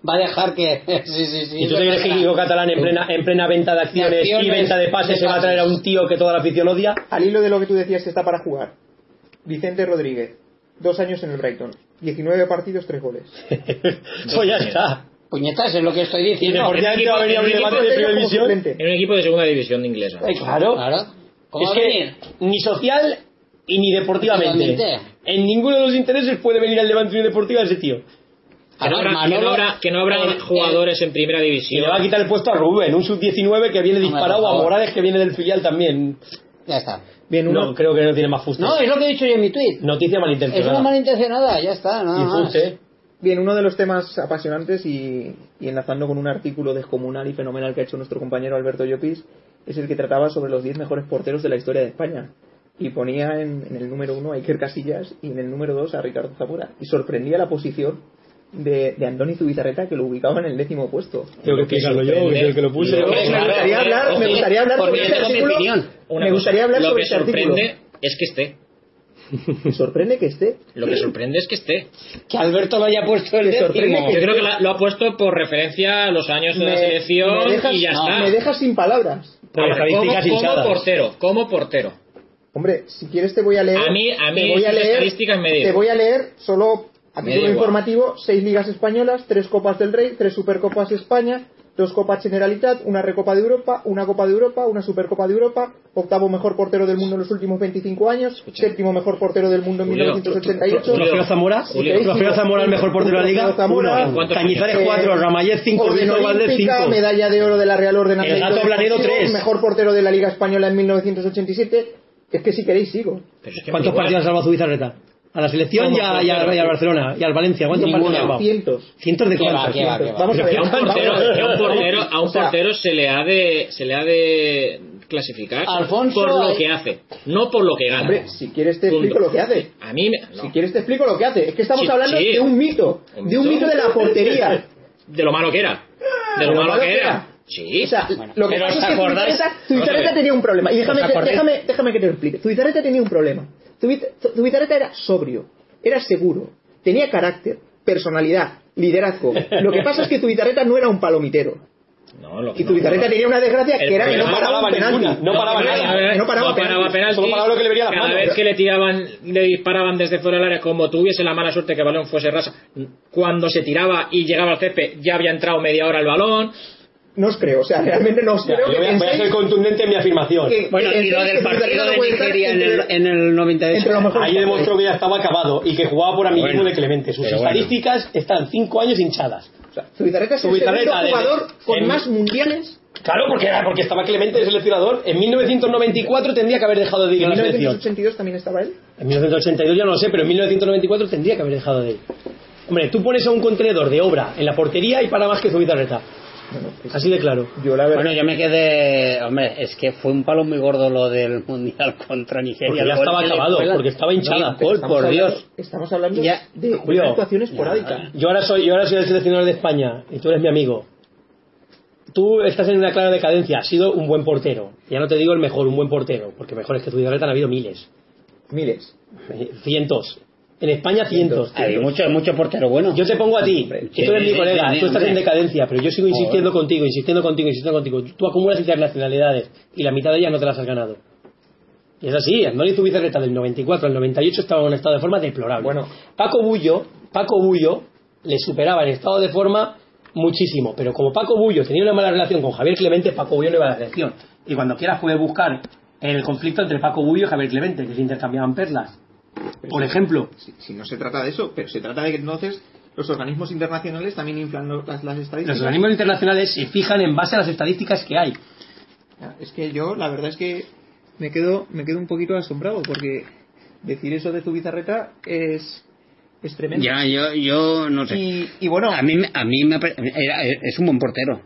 [SPEAKER 5] Va a dejar que... sí, sí, sí.
[SPEAKER 2] ¿Y tú te crees que Kiko Catalán en plena, en plena venta de acciones, y
[SPEAKER 5] acciones,
[SPEAKER 2] venta de pases
[SPEAKER 5] de
[SPEAKER 2] se va a traer a
[SPEAKER 5] pases.
[SPEAKER 2] un tío que toda la afición odia?
[SPEAKER 6] Al hilo de lo que tú decías que está para jugar. Vicente Rodríguez. Dos años en el Brighton. 19 partidos, tres goles.
[SPEAKER 2] Eso Pues ya está.
[SPEAKER 5] Puñetas, es lo que estoy
[SPEAKER 2] Y
[SPEAKER 5] diciendo.
[SPEAKER 2] deportivamente
[SPEAKER 4] equipo-
[SPEAKER 2] va a venir a un
[SPEAKER 4] el equipo
[SPEAKER 2] debate de
[SPEAKER 6] Porteño
[SPEAKER 2] primera
[SPEAKER 6] como
[SPEAKER 2] división.
[SPEAKER 6] suplente.
[SPEAKER 4] en un equipo de segunda división de inglesa
[SPEAKER 2] Eh, Claro.
[SPEAKER 5] Claro. ¿Cómo
[SPEAKER 2] Es
[SPEAKER 5] va a venir?
[SPEAKER 2] que ni social y ni deportivamente.
[SPEAKER 5] Deportivamente.
[SPEAKER 2] En ninguno de los intereses puede venir al Levante Unión Deportiva ese tío.
[SPEAKER 4] que no
[SPEAKER 5] A ver,
[SPEAKER 4] habrá, que
[SPEAKER 5] Manolo- eh,
[SPEAKER 4] no habrá- que no habrá
[SPEAKER 5] el- el-
[SPEAKER 4] jugadores en primera
[SPEAKER 2] Y
[SPEAKER 4] división
[SPEAKER 2] le va a quitar el puesto a Rubén, un sub-19 que viene
[SPEAKER 5] Hombre,
[SPEAKER 2] disparado,
[SPEAKER 5] por
[SPEAKER 2] a
[SPEAKER 5] favor.
[SPEAKER 2] Morales que viene del filial también.
[SPEAKER 5] Ya está.
[SPEAKER 6] Bien, uno.
[SPEAKER 2] No, creo que no tiene más fuste.
[SPEAKER 5] No, es lo que he dicho yo en mi tweet.
[SPEAKER 2] Noticia
[SPEAKER 5] Es una
[SPEAKER 2] malintencionada.
[SPEAKER 5] malintencionada, ya está, nada
[SPEAKER 6] Ah,
[SPEAKER 2] Y
[SPEAKER 5] más.
[SPEAKER 2] fuste.
[SPEAKER 6] Bien, uno de los temas apasionantes y, y enlazando con un artículo descomunal y fenomenal que ha hecho nuestro compañero Alberto Llopis es el que trataba sobre los 10 mejores porteros de la historia de España. Y ponía en, en el número uno a Iker Casillas y en el número dos a Ricardo Zamora. Y sorprendía la posición de, de Andoni Zubizarreta que lo ubicaba en el décimo puesto.
[SPEAKER 2] Tengo que explicarlo yo, que soy el que lo puse.
[SPEAKER 4] Lo que
[SPEAKER 6] Me
[SPEAKER 4] Claro,
[SPEAKER 6] gustaría
[SPEAKER 4] hombre,
[SPEAKER 6] hablar, me
[SPEAKER 4] hombre,
[SPEAKER 6] gustaría hablar
[SPEAKER 5] porque
[SPEAKER 6] sobre
[SPEAKER 5] yo
[SPEAKER 6] este
[SPEAKER 5] tengo mi
[SPEAKER 6] artículo.
[SPEAKER 5] opinión.
[SPEAKER 4] Una
[SPEAKER 6] Me
[SPEAKER 4] cosa,
[SPEAKER 6] gustaría hablar
[SPEAKER 4] lo
[SPEAKER 6] sobre
[SPEAKER 4] que
[SPEAKER 6] este artículo.
[SPEAKER 4] sorprende es que esté
[SPEAKER 6] Me sorprende que esté.
[SPEAKER 4] Lo que sorprende es que esté.
[SPEAKER 5] Que Alberto lo haya puesto el
[SPEAKER 6] Le sorprende
[SPEAKER 5] décimo.
[SPEAKER 4] Yo creo que la- lo ha puesto por referencia a los años de la selección
[SPEAKER 6] me dejas-
[SPEAKER 4] y ya
[SPEAKER 6] no,
[SPEAKER 4] está.
[SPEAKER 6] Me dejas sin palabras.
[SPEAKER 4] A
[SPEAKER 2] Por
[SPEAKER 4] ver, como,
[SPEAKER 2] estadísticas
[SPEAKER 4] como
[SPEAKER 2] hinchadas.
[SPEAKER 4] portero, como portero.
[SPEAKER 6] Hombre, si quieres te voy a leer.
[SPEAKER 4] A mí- a mí
[SPEAKER 6] te voy a
[SPEAKER 4] esas
[SPEAKER 6] leer,
[SPEAKER 4] estadísticas me digo.
[SPEAKER 6] Te voy a leer solo a
[SPEAKER 4] Me
[SPEAKER 6] título
[SPEAKER 4] digo.
[SPEAKER 6] informativo: seis ligas españolas, tres copas del Rey, tres supercopas de España, dos copas Generalitat, una recopa de Europa, una copa de Europa, una supercopa de Europa, octavo mejor portero del mundo en los últimos 25 años, séptimo mejor portero del mundo en
[SPEAKER 4] Julio, tú-
[SPEAKER 6] 1988.
[SPEAKER 4] tú- tú-
[SPEAKER 2] Trofeo Zamora,
[SPEAKER 4] Julio.
[SPEAKER 2] Trofeo Zamora el mejor portero de la liga,
[SPEAKER 6] Trofeo Zamora.
[SPEAKER 4] ¿En
[SPEAKER 2] uno.
[SPEAKER 4] cuántos
[SPEAKER 2] Cañizares
[SPEAKER 6] años?
[SPEAKER 2] 4, Ramayez 5,
[SPEAKER 6] Orden
[SPEAKER 2] Vino Valdés
[SPEAKER 6] olímpica,
[SPEAKER 2] 5.
[SPEAKER 6] medalla de oro de la Real Orden Atlético
[SPEAKER 2] Gato Blanedo,
[SPEAKER 6] Deportivo,
[SPEAKER 2] tres.
[SPEAKER 6] mejor portero de la Liga Española en 1987 es que si queréis sigo
[SPEAKER 4] Pero es que
[SPEAKER 2] ¿Cuántos
[SPEAKER 4] me da
[SPEAKER 2] partidos ha
[SPEAKER 4] igual.
[SPEAKER 2] salvado Zubizarreta? A la selección
[SPEAKER 4] Como
[SPEAKER 2] y, a- y a- y al Barcelona y al Valencia. ¿Cuántos
[SPEAKER 5] Ninguno.
[SPEAKER 2] partidos ha salvado?
[SPEAKER 6] cientos
[SPEAKER 2] Cientos de
[SPEAKER 5] Qué va,
[SPEAKER 2] cosas.
[SPEAKER 5] qué va, qué va.
[SPEAKER 6] vamos a
[SPEAKER 4] Pero
[SPEAKER 6] ver
[SPEAKER 4] que a un portero,
[SPEAKER 6] vamos a ver.
[SPEAKER 4] que a un portero, a un
[SPEAKER 6] O sea,
[SPEAKER 4] portero se le ha de se le ha de clasificar
[SPEAKER 5] Alfonso,
[SPEAKER 4] por lo
[SPEAKER 5] hay-
[SPEAKER 4] que hace, no por lo que gana.
[SPEAKER 6] hombre si quieres te
[SPEAKER 4] Punto.
[SPEAKER 6] explico lo que hace
[SPEAKER 4] A mí me- no.
[SPEAKER 6] si quieres te explico lo que hace es que estamos
[SPEAKER 4] Sí,
[SPEAKER 6] hablando
[SPEAKER 4] sí.
[SPEAKER 6] de un mito
[SPEAKER 4] ¿Un
[SPEAKER 6] de un
[SPEAKER 4] mito?
[SPEAKER 6] mito de la portería
[SPEAKER 4] de lo malo que era. De lo, malo, que era. Sí.
[SPEAKER 6] O sea, lo que
[SPEAKER 5] Pero
[SPEAKER 6] pasa
[SPEAKER 5] ¿os
[SPEAKER 6] es que
[SPEAKER 5] acordáis?
[SPEAKER 6] Zubizarreta,
[SPEAKER 4] Vamos a
[SPEAKER 6] Zubizarreta
[SPEAKER 4] ver.
[SPEAKER 6] tenía un problema. Y déjame,
[SPEAKER 5] ¿Os
[SPEAKER 6] que-
[SPEAKER 5] acordáis?
[SPEAKER 6] déjame, déjame que te lo explique. Zubizarreta tenía un problema. Zubit- Zubizarreta era sobrio, era seguro, tenía carácter, personalidad, liderazgo. Lo que pasa es que Zubizarreta no era un palomitero.
[SPEAKER 4] no, lo
[SPEAKER 6] Y
[SPEAKER 4] no,
[SPEAKER 6] Zubizarreta
[SPEAKER 4] no.
[SPEAKER 6] tenía una desgracia
[SPEAKER 4] El
[SPEAKER 6] que era que no
[SPEAKER 4] problema-
[SPEAKER 6] paraba un
[SPEAKER 5] ninguna,
[SPEAKER 6] penalti.
[SPEAKER 5] no paraba
[SPEAKER 4] pero,
[SPEAKER 5] nada,
[SPEAKER 4] a ver,
[SPEAKER 6] no paraba penalti.
[SPEAKER 4] penalti.
[SPEAKER 5] Solo paraba lo que le veía la
[SPEAKER 4] Cada
[SPEAKER 5] mano.
[SPEAKER 4] vez que le tiraban, le disparaban desde fuera del área, como tuviese la mala suerte que el balón fuese rasa, cuando se tiraba y llegaba al césped, ya había entrado media hora el balón.
[SPEAKER 6] No os creo, o sea, realmente no os creo. que penséis
[SPEAKER 2] contundente en mi afirmación.
[SPEAKER 6] que-
[SPEAKER 5] Bueno,
[SPEAKER 6] que
[SPEAKER 5] y lo del
[SPEAKER 6] penséis que Zubizarreta
[SPEAKER 5] partido
[SPEAKER 6] no
[SPEAKER 5] de
[SPEAKER 6] puede estar
[SPEAKER 5] Nigeria en el,
[SPEAKER 6] entre-
[SPEAKER 5] en el 98.
[SPEAKER 6] entre lo mejor
[SPEAKER 2] Ahí
[SPEAKER 6] que-
[SPEAKER 2] demostró que ya estaba acabado y que jugaba por amiguismo
[SPEAKER 4] bueno,
[SPEAKER 2] de Clemente. Sus
[SPEAKER 4] pero bueno.
[SPEAKER 2] estadísticas están cinco años hinchadas.
[SPEAKER 6] O sea, Zubizarreta es el
[SPEAKER 2] Zubizarreta
[SPEAKER 6] segundo
[SPEAKER 2] de-
[SPEAKER 6] jugador con
[SPEAKER 2] en-
[SPEAKER 6] más mundiales
[SPEAKER 2] Claro, porque, era- porque estaba Clemente de seleccionador. En 1994 tendría que haber dejado de ir
[SPEAKER 6] en
[SPEAKER 2] a la selección.
[SPEAKER 6] 1982 también estaba él.
[SPEAKER 2] En 1982 ya no lo sé, pero en 1994 tendría que haber dejado de ir. Hombre, tú pones a un contenedor de obra en la portería y para más que Zubizarreta. Así de claro.
[SPEAKER 6] pues Yo la verdad.
[SPEAKER 5] Bueno, yo me quedé. Hombre, es que fue un palo muy gordo lo del mundial contra Nigeria.
[SPEAKER 2] Porque ya
[SPEAKER 5] El gol
[SPEAKER 2] estaba
[SPEAKER 5] que le
[SPEAKER 2] acabado,
[SPEAKER 5] fue la-
[SPEAKER 2] porque estaba hinchada.
[SPEAKER 5] No, Gol,
[SPEAKER 6] Estamos
[SPEAKER 5] Ah, por
[SPEAKER 6] hablando-
[SPEAKER 5] Dios.
[SPEAKER 6] Estamos hablando
[SPEAKER 5] Ya,
[SPEAKER 6] de
[SPEAKER 2] Julio.
[SPEAKER 6] una actuación
[SPEAKER 5] Ya.
[SPEAKER 6] esporádica.
[SPEAKER 2] Yo ahora soy, yo ahora soy el seleccionador de España y tú eres mi amigo. Tú estás en una clara decadencia, has sido un buen portero. Ya no te digo el mejor, un buen portero, porque mejores que tu han habido miles,
[SPEAKER 6] Miles.
[SPEAKER 2] eh, cientos. En España cientos.
[SPEAKER 5] Hay mucho, mucho portero bueno.
[SPEAKER 2] Yo te pongo a ti, que tú eres mi
[SPEAKER 5] sí,
[SPEAKER 2] colega,
[SPEAKER 5] sí,
[SPEAKER 2] tú estás en
[SPEAKER 5] hombre.
[SPEAKER 2] decadencia, pero yo sigo
[SPEAKER 5] Joder.
[SPEAKER 2] insistiendo contigo, insistiendo contigo, insistiendo contigo. Tú acumulas internacionalidades y la mitad de ellas no te las has ganado. Y es así, Andoni Zubizarreta del 94 al 98 estaba en un estado de forma deplorable.
[SPEAKER 6] Bueno.
[SPEAKER 2] Paco Bullo, Paco Bullo le superaba en estado de forma muchísimo, pero como Paco Bullo tenía una mala relación con Javier Clemente, Paco Bullo no iba a la selección. Y cuando quieras puedes buscar el conflicto entre Paco Bullo y Javier Clemente, que se intercambiaban perlas.
[SPEAKER 5] Pues
[SPEAKER 2] Por ejemplo,
[SPEAKER 6] Si, si no se trata de eso, pero se trata de que entonces los organismos internacionales también inflan lo- las, las estadísticas.
[SPEAKER 2] Los organismos internacionales se fijan en base a las estadísticas que hay.
[SPEAKER 6] Ah, Es que yo, la verdad es que me quedo, me quedo un poquito asombrado porque decir eso de tu bizarreta es, es tremendo.
[SPEAKER 5] Ya, yo, yo no sé.
[SPEAKER 6] Y, y bueno,
[SPEAKER 5] A mí, a mí me, apare- era- es un buen portero.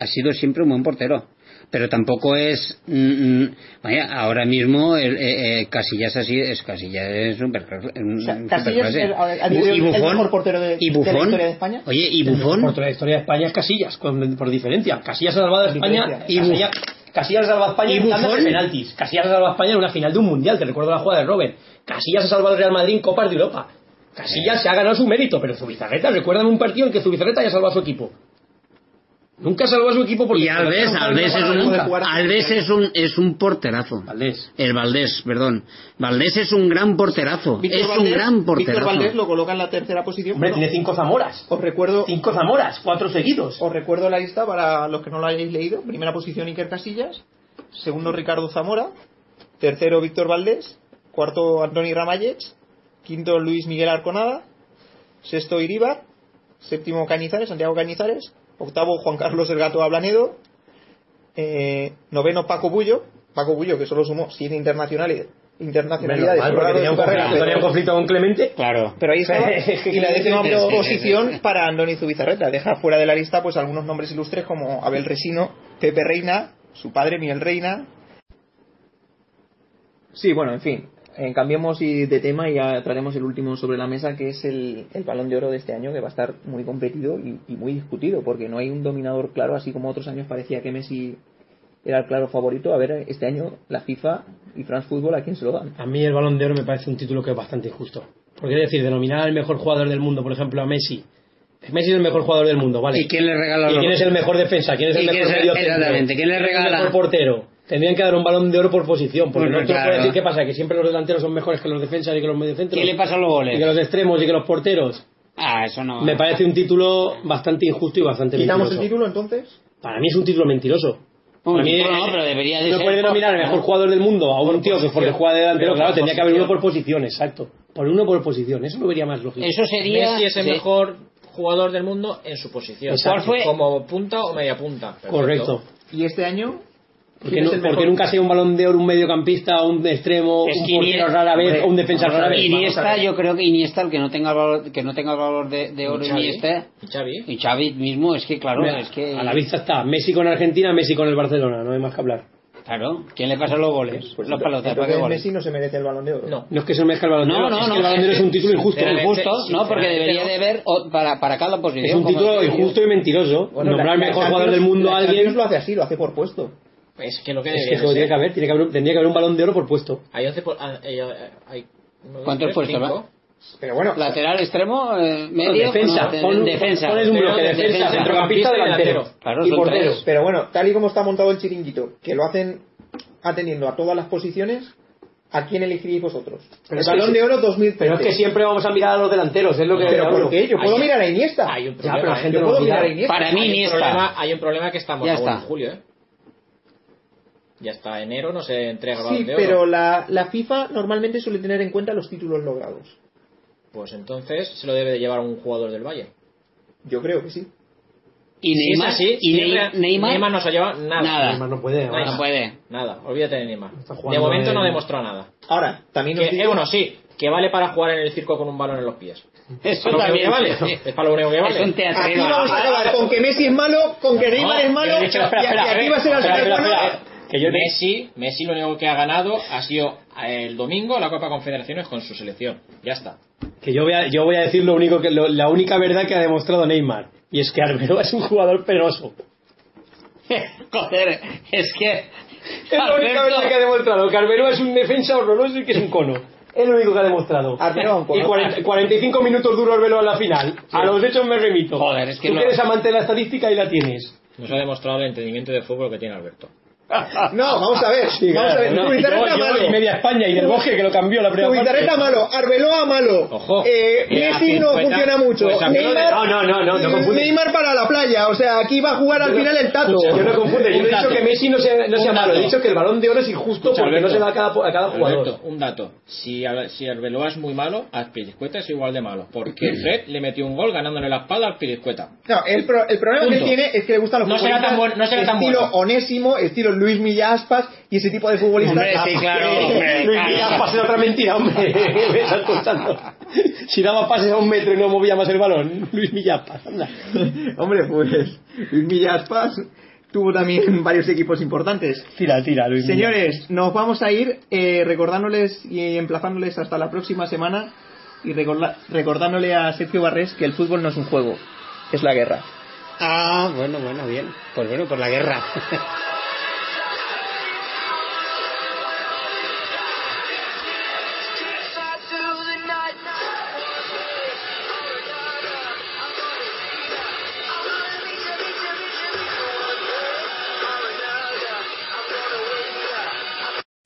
[SPEAKER 5] Ha sido siempre un buen portero. Pero tampoco es. mm, mm, vaya, ahora mismo el, eh, eh, Casillas así es Casillas es un supercla- un
[SPEAKER 6] sea,
[SPEAKER 5] superclase.
[SPEAKER 6] Casillas es el- a- a día
[SPEAKER 5] Bu-
[SPEAKER 6] de hoy
[SPEAKER 5] y
[SPEAKER 6] el
[SPEAKER 5] Buffon-
[SPEAKER 6] mejor portero de-
[SPEAKER 5] y
[SPEAKER 6] de la
[SPEAKER 5] Buffon-
[SPEAKER 6] historia de España.
[SPEAKER 5] Oye, y
[SPEAKER 2] Por
[SPEAKER 5] Bufón.
[SPEAKER 2] toda la historia de España es Casillas, con- por diferencia. Casillas ha salvado a España
[SPEAKER 6] Diferencia.
[SPEAKER 2] y Casillas, Casillas ha salvado a España
[SPEAKER 5] ¿Y
[SPEAKER 2] en tandas de
[SPEAKER 5] Buffon?
[SPEAKER 2] penaltis. Casillas ha salvado a España en una final de un mundial, te recuerdo la jugada de Robert. Casillas ha salvado al Real Madrid en Copas de Europa. Casillas se ha ganado su mérito, pero Zubizarreta, recuerdan un partido en que Zubizarreta ya salvó a su equipo. Nunca salvó a su equipo porque...
[SPEAKER 5] Y Alves, Alves es un,
[SPEAKER 6] puede jugar.
[SPEAKER 5] Alves es un, es un porterazo.
[SPEAKER 2] Valdés.
[SPEAKER 5] El Valdés, perdón. Valdés es un gran porterazo.
[SPEAKER 6] Víctor
[SPEAKER 5] es un
[SPEAKER 6] Valdés-
[SPEAKER 5] gran
[SPEAKER 6] Víctor
[SPEAKER 5] porterazo.
[SPEAKER 6] Valdés lo coloca en la tercera posición.
[SPEAKER 2] Hombre,
[SPEAKER 6] Bueno,
[SPEAKER 2] tiene cinco Zamoras.
[SPEAKER 6] os recuerdo
[SPEAKER 2] Cinco Zamoras, cuatro seguidos.
[SPEAKER 6] Os recuerdo la lista para los que no lo hayáis leído. Primera posición Iker Casillas, segundo Ricardo Zamora, tercero Víctor Valdés, cuarto Antoni Ramallets, quinto Luis Miguel Arconada, sexto Iríbar, séptimo Cañizares, Santiago Cañizares, octavo Juan Carlos El Gato Ablanedo, eh, noveno Paco Bullo, Paco Bullo que solo sumó siete internacionales, internacionalidades a lo largo de su carrera, pero-
[SPEAKER 2] tenía un conflicto con Clemente.
[SPEAKER 5] Claro.
[SPEAKER 6] pero ahí estaba. Y la décima posición para Andoni Zubizarreta. Deja fuera de la lista pues algunos nombres ilustres como Abel Resino, Pepe Reina, su padre Miguel Reina. Sí, bueno, en fin. Eh, cambiemos y- de tema y ya traeremos el último sobre la mesa, que es el, el balón de oro de este año, que va a estar muy competido y, y muy discutido, porque no hay un dominador claro, así como otros años parecía que Messi era el claro favorito. A ver, este año la FIFA y France Football a quién se lo dan.
[SPEAKER 2] A mí el balón de oro me parece un título que es bastante injusto. Porque es decir, denominar al mejor jugador del mundo, por ejemplo, a Messi. Messi es el mejor jugador del mundo, ¿vale?
[SPEAKER 5] ¿Y quién le regala
[SPEAKER 2] ¿Y quién es el mejor defensa? ¿Quién es el
[SPEAKER 5] ¿Y
[SPEAKER 2] mejor
[SPEAKER 5] quién es el-
[SPEAKER 2] mediocentro?
[SPEAKER 5] exactamente, quién le
[SPEAKER 2] es el
[SPEAKER 5] regala?
[SPEAKER 2] mejor portero? Tendrían que dar un balón de oro por posición, porque
[SPEAKER 5] Bueno,
[SPEAKER 2] no te lo
[SPEAKER 5] claro.
[SPEAKER 2] puedes decir qué pasa, que siempre los delanteros son mejores que los defensas y que los mediocentros.
[SPEAKER 5] ¿Quién le pasa los
[SPEAKER 2] Y que
[SPEAKER 5] goles?
[SPEAKER 2] los extremos y que los porteros.
[SPEAKER 5] Ah, eso no.
[SPEAKER 2] Me parece un título bastante injusto y bastante
[SPEAKER 8] ¿Quitamos el
[SPEAKER 2] mentiroso.
[SPEAKER 8] título entonces?
[SPEAKER 2] Para mí es un título mentiroso.
[SPEAKER 5] Un
[SPEAKER 2] Para mí
[SPEAKER 5] título
[SPEAKER 2] es-
[SPEAKER 5] no, pero debería de
[SPEAKER 2] no
[SPEAKER 5] ser
[SPEAKER 2] puede
[SPEAKER 5] por-
[SPEAKER 2] nominar al mejor jugador del mundo a un tío que porque juega de delantero, claro, tendría que haber uno por posición, exacto. Por uno por posición, eso lo vería más lógico.
[SPEAKER 5] Eso sería.
[SPEAKER 4] Messi es el
[SPEAKER 5] sí.
[SPEAKER 4] mejor jugador del mundo en su posición.
[SPEAKER 2] Exacto.
[SPEAKER 5] ¿Cuál fue?
[SPEAKER 4] Como punta o media punta. Perfecto.
[SPEAKER 2] Correcto.
[SPEAKER 6] Y este año.
[SPEAKER 2] Porque,
[SPEAKER 6] ¿quién
[SPEAKER 2] nu-
[SPEAKER 6] es el
[SPEAKER 2] porque
[SPEAKER 6] mejor?
[SPEAKER 2] nunca ha sido un balón de oro, un mediocampista, un extremo,
[SPEAKER 5] Es
[SPEAKER 2] un
[SPEAKER 5] que
[SPEAKER 2] portero
[SPEAKER 5] Iniesta-
[SPEAKER 2] rara vez,
[SPEAKER 6] hombre,
[SPEAKER 2] o eh, un defensa
[SPEAKER 6] vamos a
[SPEAKER 2] rara
[SPEAKER 6] ver,
[SPEAKER 2] vez.
[SPEAKER 5] Pues Iniesta,
[SPEAKER 6] ver.
[SPEAKER 5] yo creo que Iniesta, el que no tenga el valor, que no tenga el valor de, de oro
[SPEAKER 4] ¿Y Xavi?
[SPEAKER 5] Iniesta,
[SPEAKER 4] ¿Y Xavi?
[SPEAKER 5] y Xavi mismo, es que claro,
[SPEAKER 2] Mira,
[SPEAKER 5] es que.
[SPEAKER 2] A la vista está Messi con Argentina, Messi con el Barcelona, no hay más que hablar.
[SPEAKER 5] Claro, ¿quién le pasa los goles?
[SPEAKER 6] Pues
[SPEAKER 5] los
[SPEAKER 6] entonces-
[SPEAKER 5] palotes, ¿para qué
[SPEAKER 6] entonces
[SPEAKER 5] goles?
[SPEAKER 6] Messi no se merece el balón de oro.
[SPEAKER 4] No.
[SPEAKER 2] No es que se mezcla el balón de
[SPEAKER 5] No,
[SPEAKER 2] oro,
[SPEAKER 5] no,
[SPEAKER 2] es que
[SPEAKER 5] no,
[SPEAKER 2] el balón de oro es un título injusto.
[SPEAKER 4] Pero-
[SPEAKER 5] Injusto, no, porque
[SPEAKER 4] Sinceramente,
[SPEAKER 5] debería
[SPEAKER 4] no.
[SPEAKER 5] de haber o- para, para cada posición.
[SPEAKER 2] Es un
[SPEAKER 5] como
[SPEAKER 2] título
[SPEAKER 5] tú dices.
[SPEAKER 2] injusto y mentiroso.
[SPEAKER 6] Bueno, la-
[SPEAKER 2] Nombrar al
[SPEAKER 6] la
[SPEAKER 2] mejor
[SPEAKER 6] Champions-
[SPEAKER 2] jugador del mundo
[SPEAKER 6] la
[SPEAKER 2] a alguien
[SPEAKER 6] Champions lo hace así, lo hace por puesto.
[SPEAKER 4] Es que lo que
[SPEAKER 2] es
[SPEAKER 4] debería
[SPEAKER 2] que eso
[SPEAKER 4] de
[SPEAKER 2] tiene que
[SPEAKER 4] ser.
[SPEAKER 2] haber, tiene que haber un- tendría que haber un balón de oro por puesto.
[SPEAKER 4] Hay 11 por... ah, eh, eh, hay uno, dos,
[SPEAKER 5] ¿Cuántos
[SPEAKER 4] tres,
[SPEAKER 5] puestos,
[SPEAKER 4] cinco.
[SPEAKER 5] va?
[SPEAKER 6] Pero bueno,
[SPEAKER 5] Lateral, extremo, eh, medio.
[SPEAKER 2] Pues defensa,
[SPEAKER 5] no, de-
[SPEAKER 2] pon-
[SPEAKER 5] defensa.
[SPEAKER 2] pones un bloque,
[SPEAKER 5] Extremo,
[SPEAKER 2] defensa, centrocampista, delantero.
[SPEAKER 5] Claro,
[SPEAKER 6] y
[SPEAKER 5] son
[SPEAKER 6] portero.
[SPEAKER 5] tres.
[SPEAKER 6] Pero bueno, tal y como está montado el chiringuito, que lo hacen atendiendo a todas las posiciones, ¿a quién elegiríais vosotros?
[SPEAKER 2] Pero
[SPEAKER 6] el
[SPEAKER 2] es que
[SPEAKER 6] balón
[SPEAKER 2] sí.
[SPEAKER 6] de oro 2013.
[SPEAKER 2] Pero es que siempre vamos a mirar a los delanteros, es lo que
[SPEAKER 6] ¿Pero
[SPEAKER 2] hablo.
[SPEAKER 6] por qué? Yo puedo mirar a Iniesta.
[SPEAKER 4] Hay un
[SPEAKER 2] Ya,
[SPEAKER 4] problema.
[SPEAKER 2] pero la
[SPEAKER 4] ¿eh?
[SPEAKER 2] gente
[SPEAKER 6] Yo
[SPEAKER 2] no
[SPEAKER 6] puedo
[SPEAKER 2] lo mira.
[SPEAKER 6] mirar a Iniesta.
[SPEAKER 5] Para mí,
[SPEAKER 4] hay, un
[SPEAKER 5] Iniesta.
[SPEAKER 4] problema, hay un problema que estamos
[SPEAKER 5] Ya
[SPEAKER 4] a buen
[SPEAKER 5] está.
[SPEAKER 4] julio, ¿eh? Ya está enero, no se entrega el
[SPEAKER 6] Sí,
[SPEAKER 4] balón de
[SPEAKER 6] pero
[SPEAKER 4] oro.
[SPEAKER 6] la, la FIFA normalmente suele tener en cuenta los títulos logrados.
[SPEAKER 4] Pues entonces se lo debe de llevar un jugador del Bayern.
[SPEAKER 6] Yo creo que sí.
[SPEAKER 5] Y
[SPEAKER 4] Si es
[SPEAKER 5] Neymar.
[SPEAKER 4] así,
[SPEAKER 5] y Ney-
[SPEAKER 4] siempre-
[SPEAKER 5] Neymar.
[SPEAKER 4] Neymar no se ha llevado nada.
[SPEAKER 5] Nada.
[SPEAKER 2] Neymar no puede.
[SPEAKER 4] Neymar.
[SPEAKER 5] No puede.
[SPEAKER 4] Nada, olvídate de Neymar.
[SPEAKER 2] Está
[SPEAKER 4] De
[SPEAKER 2] jugando
[SPEAKER 4] momento no ha
[SPEAKER 2] en-
[SPEAKER 4] demostrado nada.
[SPEAKER 6] Ahora, también
[SPEAKER 4] Que,
[SPEAKER 6] os
[SPEAKER 4] eh,
[SPEAKER 6] digo...
[SPEAKER 4] bueno, sí, que vale para jugar en el circo con un balón en los pies. Es
[SPEAKER 5] Eso
[SPEAKER 4] para lo único que
[SPEAKER 5] también.
[SPEAKER 4] vale. Es para lo único que
[SPEAKER 5] Es un
[SPEAKER 4] vale.
[SPEAKER 6] Aquí
[SPEAKER 5] teatrero.
[SPEAKER 6] vamos a acabar con que Messi es malo, con que Neymar es malo,
[SPEAKER 2] Pero, espera,
[SPEAKER 6] y
[SPEAKER 2] espera,
[SPEAKER 6] aquí aquí va a ser el
[SPEAKER 2] espera, espera, eh,
[SPEAKER 6] bueno.
[SPEAKER 2] espera, que yo te-
[SPEAKER 4] Messi, Messi lo único que ha ganado ha sido el domingo la Copa Confederaciones con su selección. Ya está.
[SPEAKER 2] Que yo voy a, yo voy a decir lo único que, lo- la única verdad que ha demostrado Neymar. Y es que Arbeloa es un jugador penoso.
[SPEAKER 5] Joder, es que.
[SPEAKER 2] Es la única verdad que ha demostrado. Que Arbeloa es un defensa horroroso y que es un cono. Es lo único que ha demostrado.
[SPEAKER 6] Arbeloa un cono.
[SPEAKER 2] Y 40 45 minutos duro Arbeloa en la final. A los hechos me remito.
[SPEAKER 5] Joder, es que
[SPEAKER 2] Tú
[SPEAKER 5] no-
[SPEAKER 2] que eres amante de la estadística y la tienes.
[SPEAKER 4] Nos ha demostrado el entendimiento de fútbol que tiene Alberto.
[SPEAKER 6] No, vamos a ver.
[SPEAKER 2] Sí,
[SPEAKER 6] vamos a
[SPEAKER 2] claro,
[SPEAKER 6] ver.
[SPEAKER 2] no,
[SPEAKER 6] Zubizarreta
[SPEAKER 2] yo- yo
[SPEAKER 6] malo.
[SPEAKER 2] y media España y del bosque que lo cambió la primera
[SPEAKER 6] Zubizarreta
[SPEAKER 2] parte.
[SPEAKER 6] malo. Arbeloa malo.
[SPEAKER 4] Ojo.
[SPEAKER 6] Eh,
[SPEAKER 4] Que
[SPEAKER 6] Messi
[SPEAKER 4] hace
[SPEAKER 6] no
[SPEAKER 4] cuenta-
[SPEAKER 6] funciona mucho.
[SPEAKER 4] pues a mí no-
[SPEAKER 6] Neymar,
[SPEAKER 2] No, no, no, no, no confundes.
[SPEAKER 6] Neymar para la playa. O sea, aquí va a jugar al final el Tato.
[SPEAKER 2] Yo no confunde, yo no
[SPEAKER 4] Un
[SPEAKER 2] he dicho
[SPEAKER 4] dato.
[SPEAKER 2] que Messi no sea, no sea
[SPEAKER 4] Un
[SPEAKER 2] malo, he
[SPEAKER 4] dato.
[SPEAKER 2] dicho que el balón de oro es injusto
[SPEAKER 4] Escucha,
[SPEAKER 2] porque no
[SPEAKER 4] Alberto.
[SPEAKER 2] se da a cada, a cada jugador.
[SPEAKER 4] Alberto, un dato. Si, Al- si Arbeloa es muy malo, Azpilicueta es igual de malo. Porque Fred le metió un gol ganándole la espalda a Azpilicueta.
[SPEAKER 6] No, el, pro- el problema que él
[SPEAKER 4] Punto.
[SPEAKER 6] tiene es que le gustan los
[SPEAKER 4] No será
[SPEAKER 6] futbolistas
[SPEAKER 4] tan buen- no será tan
[SPEAKER 6] estilo
[SPEAKER 4] bueno.
[SPEAKER 6] Onésimo, estilo Luis Millaspas y ese tipo de futbolistas.
[SPEAKER 5] Hombre, sí, claro, hombre.
[SPEAKER 2] Luis Díaz pase otra mentira, hombre. Me estás contando. Si daba pases a un metro y no movía más el balón, Luis Millapa.
[SPEAKER 6] Hombre, pues Luis Millaspas tuvo también varios equipos importantes.
[SPEAKER 2] Tira, tira, Luis Millán.
[SPEAKER 6] Señores, nos vamos a ir eh, recordándoles y emplazándoles hasta la próxima semana y recorda- recordándole a Sergio Barrés que el fútbol no es un juego, es la guerra.
[SPEAKER 5] Ah, bueno, bueno, bien. Pues bueno, por la guerra.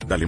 [SPEAKER 9] Dale